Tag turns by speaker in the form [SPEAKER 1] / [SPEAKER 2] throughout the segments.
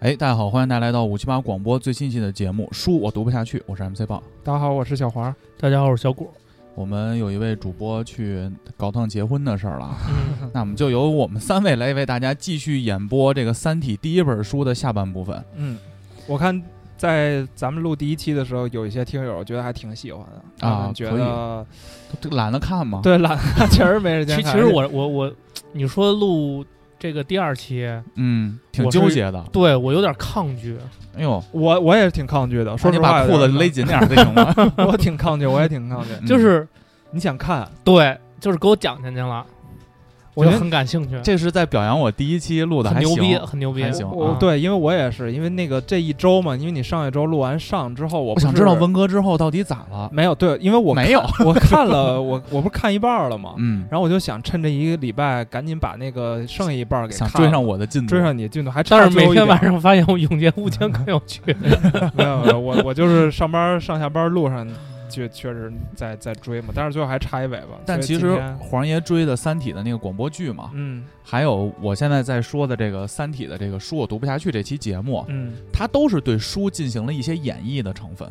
[SPEAKER 1] 哎，大家好，欢迎大家来到五七八广播最新一期的节目。书我读不下去，我是 MC 豹。
[SPEAKER 2] 大家好，我是小华。
[SPEAKER 3] 大家好，我是小果。
[SPEAKER 1] 我们有一位主播去搞趟结婚的事儿了，啊
[SPEAKER 3] 嗯，
[SPEAKER 1] 那我们就由我们三位来为大家继续演播这个《三体》第一本书的下半部分。
[SPEAKER 2] 嗯，我看在咱们录第一期的时候，有一些听友觉得还挺喜欢的，他们觉得
[SPEAKER 1] 这懒得看嘛？，
[SPEAKER 2] 对懒， 确实没时
[SPEAKER 3] 其
[SPEAKER 2] 间
[SPEAKER 3] 实
[SPEAKER 2] 看。
[SPEAKER 3] 其实我我我，你说录这个第二期，
[SPEAKER 1] 嗯，挺
[SPEAKER 3] 我是
[SPEAKER 1] 纠结的。
[SPEAKER 3] 对我有点抗拒。
[SPEAKER 1] 哎呦，
[SPEAKER 2] 我我也是挺抗拒的，说
[SPEAKER 1] 哦你
[SPEAKER 2] 实话，
[SPEAKER 1] 把裤子勒紧点儿，这行 吗？
[SPEAKER 2] 我挺抗拒，我也挺抗拒。
[SPEAKER 1] 嗯
[SPEAKER 3] 就是
[SPEAKER 2] 你想看，
[SPEAKER 3] 对，就是给我讲进去了，我
[SPEAKER 2] 觉
[SPEAKER 3] 就
[SPEAKER 2] 得
[SPEAKER 3] 很感兴趣，
[SPEAKER 1] 这是在表扬我第一期录的
[SPEAKER 3] 很
[SPEAKER 1] 还
[SPEAKER 3] 牛
[SPEAKER 1] 行，
[SPEAKER 3] 逼，很牛逼
[SPEAKER 1] 还。行
[SPEAKER 2] 我
[SPEAKER 3] 啊
[SPEAKER 2] 对，因为我也是，因为那个这一周嘛，因为你上一周录完上之后，我
[SPEAKER 1] 我
[SPEAKER 2] 不
[SPEAKER 1] 想
[SPEAKER 2] 是
[SPEAKER 1] 知道文革之后到底咋了？
[SPEAKER 2] 没有对，因为我
[SPEAKER 1] 没有，
[SPEAKER 2] 我看了，我我不是看一半儿了吗？
[SPEAKER 1] 嗯，
[SPEAKER 2] 然后我就想趁这一个礼拜赶紧把那个剩下一半儿给
[SPEAKER 1] 想
[SPEAKER 2] 看
[SPEAKER 1] 追上
[SPEAKER 2] 了
[SPEAKER 1] 我的进度，
[SPEAKER 2] 追上你进度，还差
[SPEAKER 3] 但是
[SPEAKER 2] 最
[SPEAKER 3] 每
[SPEAKER 2] 后一
[SPEAKER 3] 天晚
[SPEAKER 2] 点儿
[SPEAKER 3] 上发现我永劫无间更有趣，
[SPEAKER 2] 没有 没有，我我就是上班上下班路上确确实在在追嘛，但是最后还差一尾巴。
[SPEAKER 1] 但
[SPEAKER 2] 所以
[SPEAKER 1] 其
[SPEAKER 2] 今
[SPEAKER 1] 实
[SPEAKER 2] 天
[SPEAKER 1] 黄爷追的《三体》的那个广播剧嘛，
[SPEAKER 2] 嗯
[SPEAKER 1] 还有我现在在说的这个《三体》的这个书我读不下去这期节目，
[SPEAKER 2] 嗯，
[SPEAKER 1] 它都是对书进行了一些演绎的成分，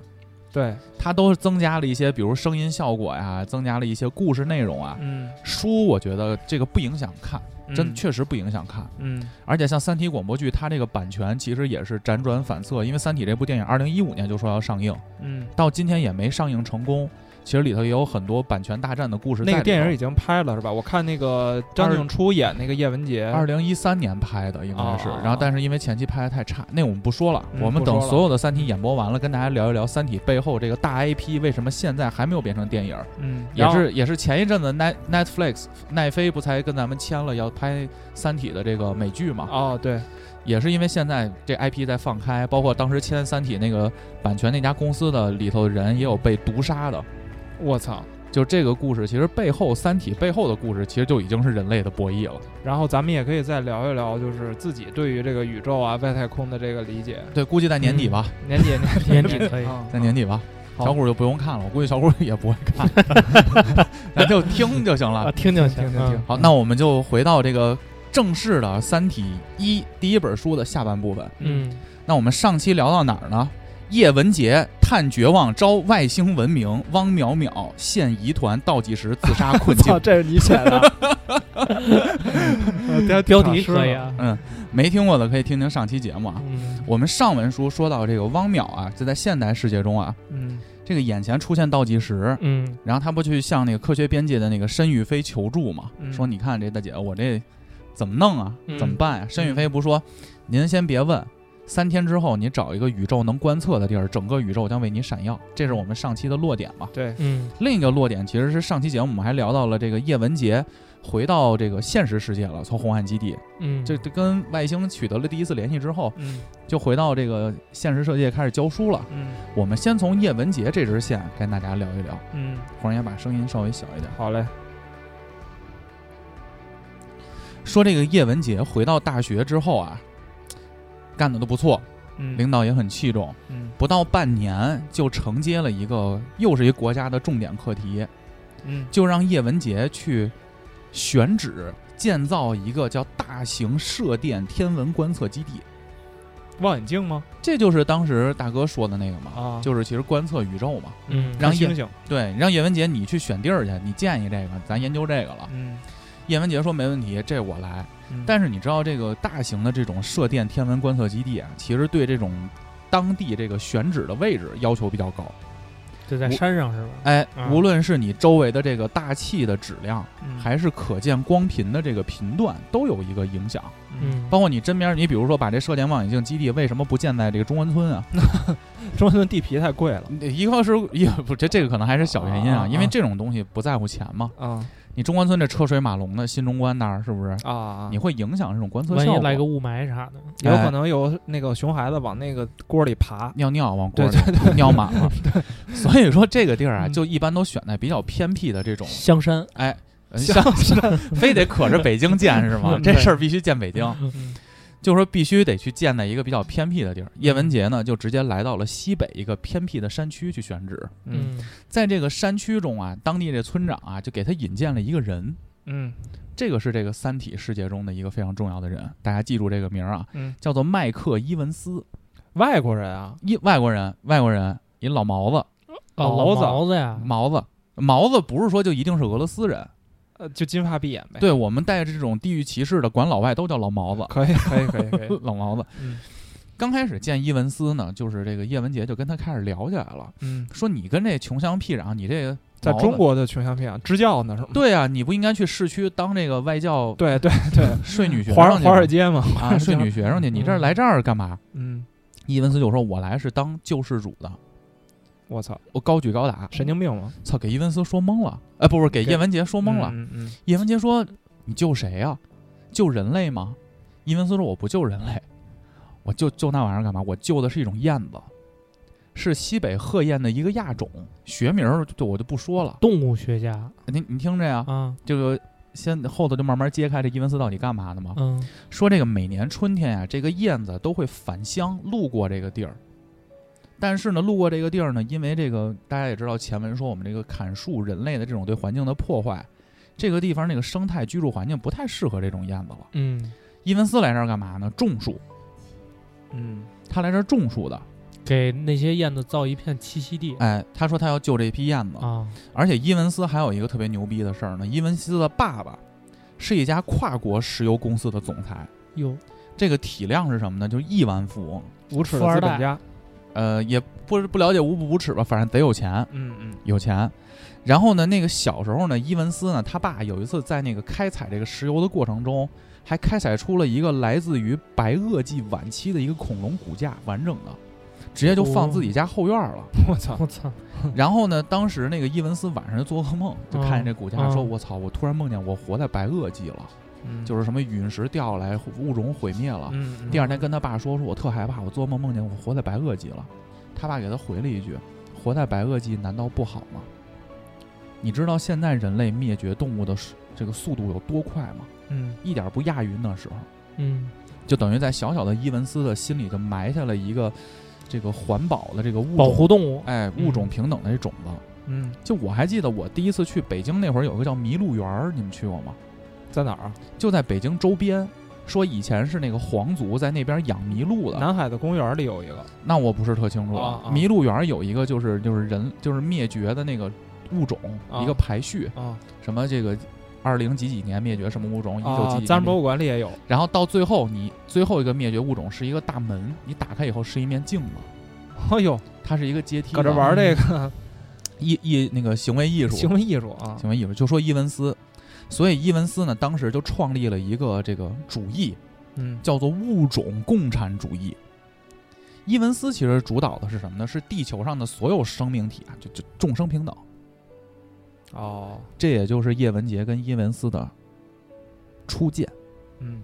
[SPEAKER 2] 对，
[SPEAKER 1] 它都是增加了一些，比如声音效果呀，增加了一些故事内容啊。
[SPEAKER 2] 嗯，
[SPEAKER 1] 书我觉得这个不影响看，真
[SPEAKER 2] 嗯
[SPEAKER 1] 确实不影响看。
[SPEAKER 2] 嗯
[SPEAKER 1] 而且像《三体》广播剧，它这个版权其实也是辗转反侧，因为《三体》这部电影二零一五年就说要上映，
[SPEAKER 2] 嗯，
[SPEAKER 1] 到今天也没上映成功。其实里头也有很多版权大战的故事在里
[SPEAKER 2] 那
[SPEAKER 1] 头。
[SPEAKER 2] 个电影已经拍了是吧？我看那个张静初演那个叶文洁，
[SPEAKER 1] 二零一三年拍的应该是，
[SPEAKER 2] 哎哦
[SPEAKER 1] 然后但是因为前期拍的太差，那我们不说了，
[SPEAKER 2] 嗯
[SPEAKER 1] 我们等
[SPEAKER 2] 不说了
[SPEAKER 1] 所有的《三体》演播完了，跟大家聊一聊《三体》背后这个大 IP 为什么现在还没有变成电影儿，
[SPEAKER 2] 嗯，
[SPEAKER 1] 也
[SPEAKER 2] 然后
[SPEAKER 1] 是也是前一阵子 Net Netflix 奈飞不才跟咱们签了要拍《三体》的这个美剧嘛，
[SPEAKER 2] 哦对，
[SPEAKER 1] 也是因为现在这 IP 在放开，包括当时签《三体》那个版权那家公司的里头人也有被毒杀的，
[SPEAKER 2] 我操。
[SPEAKER 1] 就这个故事其实背后《三体》背后的故事其实就已经是人类的博弈了。
[SPEAKER 2] 然后咱们也可以再聊一聊，就是自己对于这个宇宙啊、外太空的这个理解。
[SPEAKER 1] 对，估计在年底吧，
[SPEAKER 2] 年底
[SPEAKER 3] 年
[SPEAKER 2] 底
[SPEAKER 3] 底可以。
[SPEAKER 2] 啊，
[SPEAKER 1] 在年底吧。
[SPEAKER 2] 好
[SPEAKER 1] 小谷就不用看了，我估计小谷也不会看， 咱就听就行
[SPEAKER 3] 啊，
[SPEAKER 1] 了。
[SPEAKER 3] 听就行，
[SPEAKER 2] 听听听
[SPEAKER 3] 嗯
[SPEAKER 1] 好，那我们就回到这个正式的《三体一》第一本书的下半部分。
[SPEAKER 3] 嗯，
[SPEAKER 1] 那我们上期聊到哪儿呢？叶文洁探绝望招外星文明，汪淼淼现疑团倒计时自杀困境
[SPEAKER 2] 操，。这是你写的，呃
[SPEAKER 3] 标题可以。啊。
[SPEAKER 1] 没听过的可以听听上期节目啊。
[SPEAKER 3] 嗯，
[SPEAKER 1] 我们上文书说到这个汪淼啊，就在现代世界中啊，
[SPEAKER 2] 嗯
[SPEAKER 1] 这个眼前出现倒计时，
[SPEAKER 3] 嗯，
[SPEAKER 1] 然后他不去向那个科学边界的那个申玉飞求助嘛，
[SPEAKER 2] 嗯
[SPEAKER 1] 说你看这大姐，我这怎么弄啊？
[SPEAKER 3] 嗯
[SPEAKER 1] 怎么办呀、申玉飞不说，您先别问，三天之后你找一个宇宙能观测的地儿，整个宇宙将为你闪耀。这是我们上期的落点嘛。
[SPEAKER 2] 对，
[SPEAKER 3] 嗯，
[SPEAKER 1] 另一个落点其实是上期节目我们还聊到了这个叶文洁回到这个现实世界了，从红岸基地，
[SPEAKER 3] 嗯，
[SPEAKER 1] 这这跟外星取得了第一次联系之后，
[SPEAKER 2] 嗯
[SPEAKER 1] 就回到这个现实世界开始教书了。
[SPEAKER 2] 嗯
[SPEAKER 1] 我们先从叶文洁这支线跟大家聊一聊，
[SPEAKER 2] 嗯，
[SPEAKER 1] 黄爷把声音稍微小一点。
[SPEAKER 2] 好嘞，
[SPEAKER 1] 说这个叶文洁回到大学之后啊，干的都不错，
[SPEAKER 2] 嗯
[SPEAKER 1] 领导也很器重，
[SPEAKER 2] 嗯
[SPEAKER 1] 不到半年就承接了一个又是一国家的重点课题，
[SPEAKER 2] 嗯
[SPEAKER 1] 就让叶文洁去选址建造一个叫大型射电天文观测基地。
[SPEAKER 2] 望远镜吗？
[SPEAKER 1] 这就是当时大哥说的那个嘛，
[SPEAKER 2] 啊
[SPEAKER 1] 就是其实观测宇宙嘛。
[SPEAKER 3] 嗯，
[SPEAKER 1] 然后也
[SPEAKER 2] 星星，
[SPEAKER 1] 对，让叶文洁你去选地儿去，你建议这个，咱研究这个了。
[SPEAKER 2] 嗯，
[SPEAKER 1] 叶文洁说没问题，这我来。
[SPEAKER 2] 嗯
[SPEAKER 1] 但是你知道，这个大型的这种射电天文观测基地啊，其实对这种当地这个选址的位置要求比较高。
[SPEAKER 3] 就在
[SPEAKER 1] 我
[SPEAKER 3] 山上是吧？
[SPEAKER 1] 哎，
[SPEAKER 3] 啊
[SPEAKER 1] 无论是你周围的这个大气的质量，
[SPEAKER 2] 嗯
[SPEAKER 1] 还是可见光频的这个频段，都有一个影响。
[SPEAKER 3] 嗯，
[SPEAKER 1] 包括你身边，你比如说把这射电望远镜基地为什么不建在这个中关村啊？
[SPEAKER 3] 嗯
[SPEAKER 2] 中关村地皮太贵了
[SPEAKER 1] 一个是 一个不这这个可能还是小原因
[SPEAKER 2] 啊啊
[SPEAKER 1] 啊，
[SPEAKER 2] 啊
[SPEAKER 1] 因为这种东西不在乎钱嘛。
[SPEAKER 2] 啊
[SPEAKER 1] 你中关村这车水马龙的新中关那儿是不是？
[SPEAKER 2] 啊
[SPEAKER 1] 你会影响这种观测
[SPEAKER 3] 万
[SPEAKER 1] 效
[SPEAKER 3] 一
[SPEAKER 1] 果。
[SPEAKER 3] 来个雾霾啥的，
[SPEAKER 2] 有可能有那个熊孩子往那个锅里爬，
[SPEAKER 1] 尿尿往锅
[SPEAKER 2] 对
[SPEAKER 1] 里尿满了。所以说这个地儿啊，
[SPEAKER 3] 嗯
[SPEAKER 1] 就一般都选在比较偏僻的这种，
[SPEAKER 3] 香山，
[SPEAKER 1] 哎，呃像 非得可着北京建是吗？
[SPEAKER 3] 嗯
[SPEAKER 1] 这
[SPEAKER 3] 对
[SPEAKER 1] 事儿必须建北京，
[SPEAKER 3] 嗯
[SPEAKER 1] 就是说必须得去建在一个比较偏僻的地儿。叶文洁呢，就直接来到了西北一个偏僻的山区去选址。
[SPEAKER 2] 嗯
[SPEAKER 3] 嗯
[SPEAKER 1] 在这个山区中啊，当地这村长啊，就给他引荐了一个人。
[SPEAKER 2] 嗯
[SPEAKER 1] 这个是这个《三体》世界中的一个非常重要的人，大家记住这个名儿啊，
[SPEAKER 2] 嗯，
[SPEAKER 1] 叫做麦克伊文斯，
[SPEAKER 2] 外国人啊，
[SPEAKER 1] 一外国人，外国人，一老毛子，
[SPEAKER 3] 哦老
[SPEAKER 2] 毛子
[SPEAKER 3] 毛子呀，
[SPEAKER 1] 毛子，毛子不是说就一定是俄罗斯人，
[SPEAKER 2] 呃，就金发碧眼呗。，
[SPEAKER 1] 对我们带着这种地域歧视的，管老外都叫老毛子，
[SPEAKER 2] 可以，可以，可以， 可以。
[SPEAKER 1] 老毛子。
[SPEAKER 2] 嗯
[SPEAKER 1] 刚开始见伊文斯呢，就是这个叶文洁就跟他开始聊起来了，
[SPEAKER 2] 嗯，
[SPEAKER 1] 说你跟这穷乡僻壤，你这个
[SPEAKER 2] 在
[SPEAKER 1] 毛子
[SPEAKER 2] 中，国的穷乡僻壤支教呢是吗？
[SPEAKER 1] 对啊，你不应该去市区当这个外教
[SPEAKER 2] 对对对，
[SPEAKER 1] 睡女学
[SPEAKER 2] 华尔
[SPEAKER 1] 生去
[SPEAKER 2] 华尔
[SPEAKER 1] 吗
[SPEAKER 2] 街嘛。
[SPEAKER 1] 啊，睡女学生去，你这儿来这儿干嘛？
[SPEAKER 2] 嗯，
[SPEAKER 1] 伊文斯就说：“我来是当救世主的，
[SPEAKER 2] 我操，
[SPEAKER 1] 我高举高打。”
[SPEAKER 2] 神经病吗？
[SPEAKER 1] 操，给伊文斯说懵了，哎，不是给
[SPEAKER 2] 给
[SPEAKER 1] 叶文洁说懵了。
[SPEAKER 2] 嗯嗯
[SPEAKER 1] 叶文洁说：“你救谁呀、救人类吗？”伊文斯说：“我不救人类，我救救那玩意儿干嘛？我救的是一种燕子，是西北鹤燕的一个亚种，学名儿就我就不说了。
[SPEAKER 3] 动物学家
[SPEAKER 1] 你你听着呀，
[SPEAKER 3] 啊，
[SPEAKER 1] 这个先后头就慢慢揭开这伊文斯到底干嘛的嘛。
[SPEAKER 3] 嗯，
[SPEAKER 1] 说这个每年春天呀、这个燕子都会返乡路过这个地儿，但是呢，路过这个地儿呢，因为这个大家也知道前文说我们这个砍树，人类的这种对环境的破坏，这个地方那个生态居住环境不太适合这种燕子了。
[SPEAKER 3] 嗯，
[SPEAKER 1] 伊文斯来这儿干嘛呢？种树，
[SPEAKER 2] 嗯
[SPEAKER 1] 他来这儿种树的。
[SPEAKER 3] 给那些燕子造一片栖息地
[SPEAKER 1] 哎，他说他要救这批燕子，
[SPEAKER 3] 啊，
[SPEAKER 1] 而且伊文斯还有一个特别牛逼的事儿呢，伊文斯的爸爸是一家跨国石油公司的总裁，
[SPEAKER 3] 哟，
[SPEAKER 1] 这个体量是什么呢？就是亿万富翁。
[SPEAKER 2] 无耻
[SPEAKER 3] 富
[SPEAKER 2] 的
[SPEAKER 3] 二
[SPEAKER 2] 资
[SPEAKER 3] 代
[SPEAKER 2] 本家。
[SPEAKER 1] 呃，也不是不了解无不无耻吧，反正得有钱，
[SPEAKER 2] 嗯嗯
[SPEAKER 1] 有钱。然后呢，那个小时候呢，伊文斯呢，他爸有一次在那个开采这个石油的过程中，还开采出了一个来自于白垩纪晚期的一个恐龙骨架，完整的，直接就放自己家后院了。
[SPEAKER 2] 我操，
[SPEAKER 3] 我操，
[SPEAKER 1] 然后呢，当时那个伊文斯晚上就做噩梦，就看见这骨架，
[SPEAKER 3] 嗯
[SPEAKER 1] 说：“我操，我突然梦见我活在白垩纪了，
[SPEAKER 2] 嗯
[SPEAKER 1] 就是什么陨石掉下来，物种毁灭了。”
[SPEAKER 2] 嗯，嗯
[SPEAKER 1] 第二天跟他爸说，说我特害怕，我做梦梦见我活在白垩纪了。他爸给他回了一句：“活在白垩纪难道不好吗？你知道现在人类灭绝动物的速这个速度有多快吗？
[SPEAKER 2] 嗯
[SPEAKER 1] 一点不亚于那时候。
[SPEAKER 3] 嗯，
[SPEAKER 1] 就等于在小小的伊文斯的心里就埋下了一个这个环保的这个物
[SPEAKER 3] 保
[SPEAKER 1] 种，
[SPEAKER 3] 护动物，
[SPEAKER 1] 哎，
[SPEAKER 3] 嗯
[SPEAKER 1] 物种平等的这种子。
[SPEAKER 2] 嗯，
[SPEAKER 1] 就我还记得我第一次去北京那会儿，有个叫麋鹿园儿，你们去过吗？
[SPEAKER 2] 在哪儿啊？
[SPEAKER 1] 就在北京周边。说以前是那个皇族在那边养麋鹿的，
[SPEAKER 2] 南海的公园里有一个。
[SPEAKER 1] 那我不是特清楚了
[SPEAKER 2] 啊。啊
[SPEAKER 1] 麋鹿园儿有一个就是就是人就是灭绝的那个物种、
[SPEAKER 2] 啊
[SPEAKER 1] 一个排序，
[SPEAKER 2] 啊
[SPEAKER 1] 什么这个二零几几年灭绝什么物种，一九几
[SPEAKER 2] 啊
[SPEAKER 1] 几，
[SPEAKER 2] 咱
[SPEAKER 1] 年
[SPEAKER 2] 们
[SPEAKER 1] 灭
[SPEAKER 2] 博物馆里也有。
[SPEAKER 1] 然后到最后你最后一个灭绝物种是一个大门，你打开以后是一面镜子，
[SPEAKER 2] 哎呦，
[SPEAKER 1] 它是一个阶梯嘛。
[SPEAKER 2] 搁这玩这个
[SPEAKER 1] 艺艺那个行为艺术，
[SPEAKER 2] 行为艺术啊，
[SPEAKER 1] 行为艺术就说伊文斯，所以伊文斯呢当时就创立了一个这个主义，
[SPEAKER 2] 嗯
[SPEAKER 1] 叫做物种共产主义。伊文斯其实主导的是什么呢？是地球上的所有生命体啊，就就众生平等。
[SPEAKER 2] 哦，
[SPEAKER 1] 这也就是叶文洁跟伊文斯的初见。
[SPEAKER 2] 嗯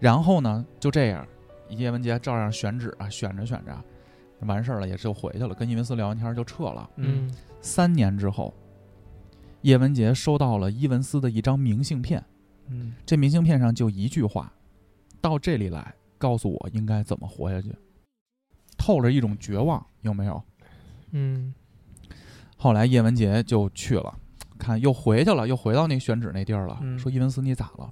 [SPEAKER 1] 然后呢，就这样，叶文洁照样选址啊，选着选着啊，完事儿了，也就回去了，跟伊文斯聊完天儿就撤了。
[SPEAKER 2] 嗯，
[SPEAKER 3] 嗯，
[SPEAKER 1] 三年之后，叶文洁收到了伊文斯的一张明信片，
[SPEAKER 2] 嗯，
[SPEAKER 1] 这明信片上就一句话：“到这里来，告诉我应该怎么活下去。”透着一种绝望，有没有？
[SPEAKER 3] 嗯，
[SPEAKER 1] 后来叶文洁就去了，看又回去了，又回到那选址那地儿了。
[SPEAKER 2] 嗯
[SPEAKER 1] 说伊文斯你咋了？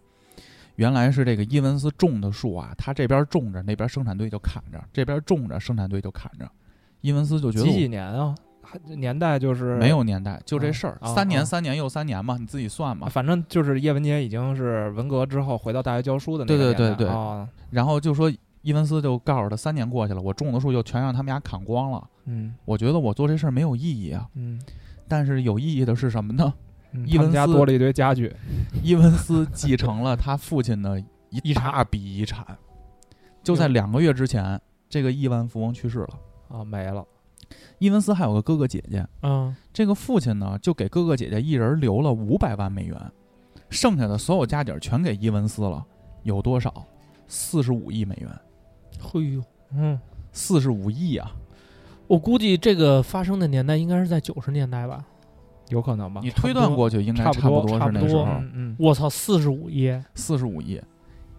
[SPEAKER 1] 原来是这个伊文斯种的树啊，他这边种着，那边生产队就砍着，这边种着，生产队就砍着。伊文斯就觉得
[SPEAKER 2] 几几
[SPEAKER 1] 我
[SPEAKER 2] 年啊？还年代就是
[SPEAKER 1] 没有年代，就这事儿，
[SPEAKER 2] 啊啊
[SPEAKER 1] 三年
[SPEAKER 2] 啊
[SPEAKER 1] 三年又三年嘛，你自己算嘛。
[SPEAKER 2] 反正就是叶文洁已经是文革之后回到大学教书的那个
[SPEAKER 1] 对对
[SPEAKER 2] 年代
[SPEAKER 1] 对对
[SPEAKER 2] 啊，
[SPEAKER 1] 然后就说伊文斯就告诉他，三年过去了，我种的树就全让他们家砍光了。
[SPEAKER 2] 嗯
[SPEAKER 1] 我觉得我做这事儿没有意义啊，
[SPEAKER 2] 嗯，
[SPEAKER 1] 但是有意义的是什么呢？
[SPEAKER 2] 嗯
[SPEAKER 1] 伊
[SPEAKER 2] 他们
[SPEAKER 1] 文
[SPEAKER 2] 家
[SPEAKER 1] 斯
[SPEAKER 2] 多了一堆家具，
[SPEAKER 1] 伊文斯继承了他父亲的一
[SPEAKER 3] 遗产
[SPEAKER 1] 大笔遗产，就在两个月之前，这个亿万富翁去世了。
[SPEAKER 2] 啊没了，
[SPEAKER 1] 伊文斯还有个哥哥姐姐，
[SPEAKER 3] 啊，
[SPEAKER 1] 这个父亲呢就给哥哥姐姐一人留了五百万美元，剩下的所有家底儿全给伊文斯了，有多少？四十五亿美元，
[SPEAKER 3] 嘿哎呦，
[SPEAKER 2] 嗯
[SPEAKER 1] 四十五亿啊！
[SPEAKER 3] 我估计这个发生的年代应该是在九十年代吧。
[SPEAKER 2] 有可能吧
[SPEAKER 1] 你，
[SPEAKER 3] 差不
[SPEAKER 1] 推断
[SPEAKER 3] 多
[SPEAKER 1] 过去应该
[SPEAKER 2] 差
[SPEAKER 1] 差
[SPEAKER 2] 不多
[SPEAKER 1] 不多是那
[SPEAKER 3] 差不
[SPEAKER 1] 时
[SPEAKER 3] 多
[SPEAKER 1] 候
[SPEAKER 2] 嗯嗯
[SPEAKER 3] 我操，四十五亿，
[SPEAKER 1] 四十五亿。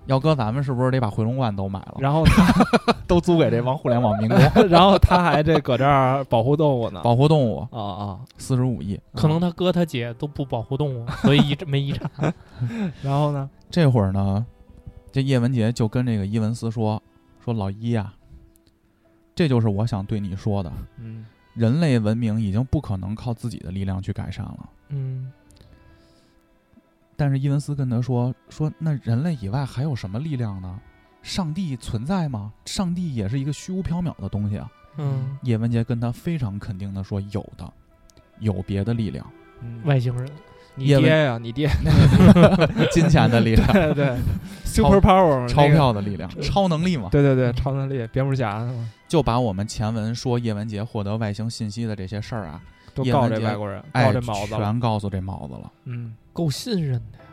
[SPEAKER 1] 要搁咱们是不是得把回龙观都买了，
[SPEAKER 2] 然后他
[SPEAKER 1] 都租给这帮互联网民工
[SPEAKER 2] 然后他还这搁这儿保护动物呢，
[SPEAKER 1] 保护动物？
[SPEAKER 2] 啊啊，
[SPEAKER 1] 四十五亿，
[SPEAKER 3] 可能他哥他姐都不保护动物，所以遗没遗产。
[SPEAKER 2] 然后呢，
[SPEAKER 1] 这会儿呢，这叶文洁就跟这个伊文斯说：“说老伊啊，这就是我想对你说的，
[SPEAKER 2] 嗯
[SPEAKER 1] 人类文明已经不可能靠自己的力量去改善了。
[SPEAKER 3] 嗯，”
[SPEAKER 1] 但是伊文斯跟他说：“说那人类以外还有什么力量呢？上帝存在吗？上帝也是一个虚无缥缈的东西啊。”
[SPEAKER 3] 嗯，
[SPEAKER 1] 叶文洁跟他非常肯定的说：“有的，有别的力 量，
[SPEAKER 2] 嗯，
[SPEAKER 3] 外星人，
[SPEAKER 2] 你
[SPEAKER 1] 叶文
[SPEAKER 2] 爹呀，你 爹，
[SPEAKER 1] 金钱的力量，
[SPEAKER 2] 对对，super power
[SPEAKER 1] 钞，票的力量，超能力嘛。”
[SPEAKER 2] 对对对，超能力，蝙蝠侠
[SPEAKER 1] 就把我们前文说叶文洁获得外星信息的这些事儿啊，
[SPEAKER 2] 都
[SPEAKER 1] 叶
[SPEAKER 2] 告
[SPEAKER 1] 文
[SPEAKER 2] 这
[SPEAKER 1] 洁
[SPEAKER 2] 外国人，
[SPEAKER 1] 哎
[SPEAKER 2] 告，这毛子了，
[SPEAKER 1] 全告诉这毛子了。
[SPEAKER 2] 嗯，
[SPEAKER 3] 够信任的呀。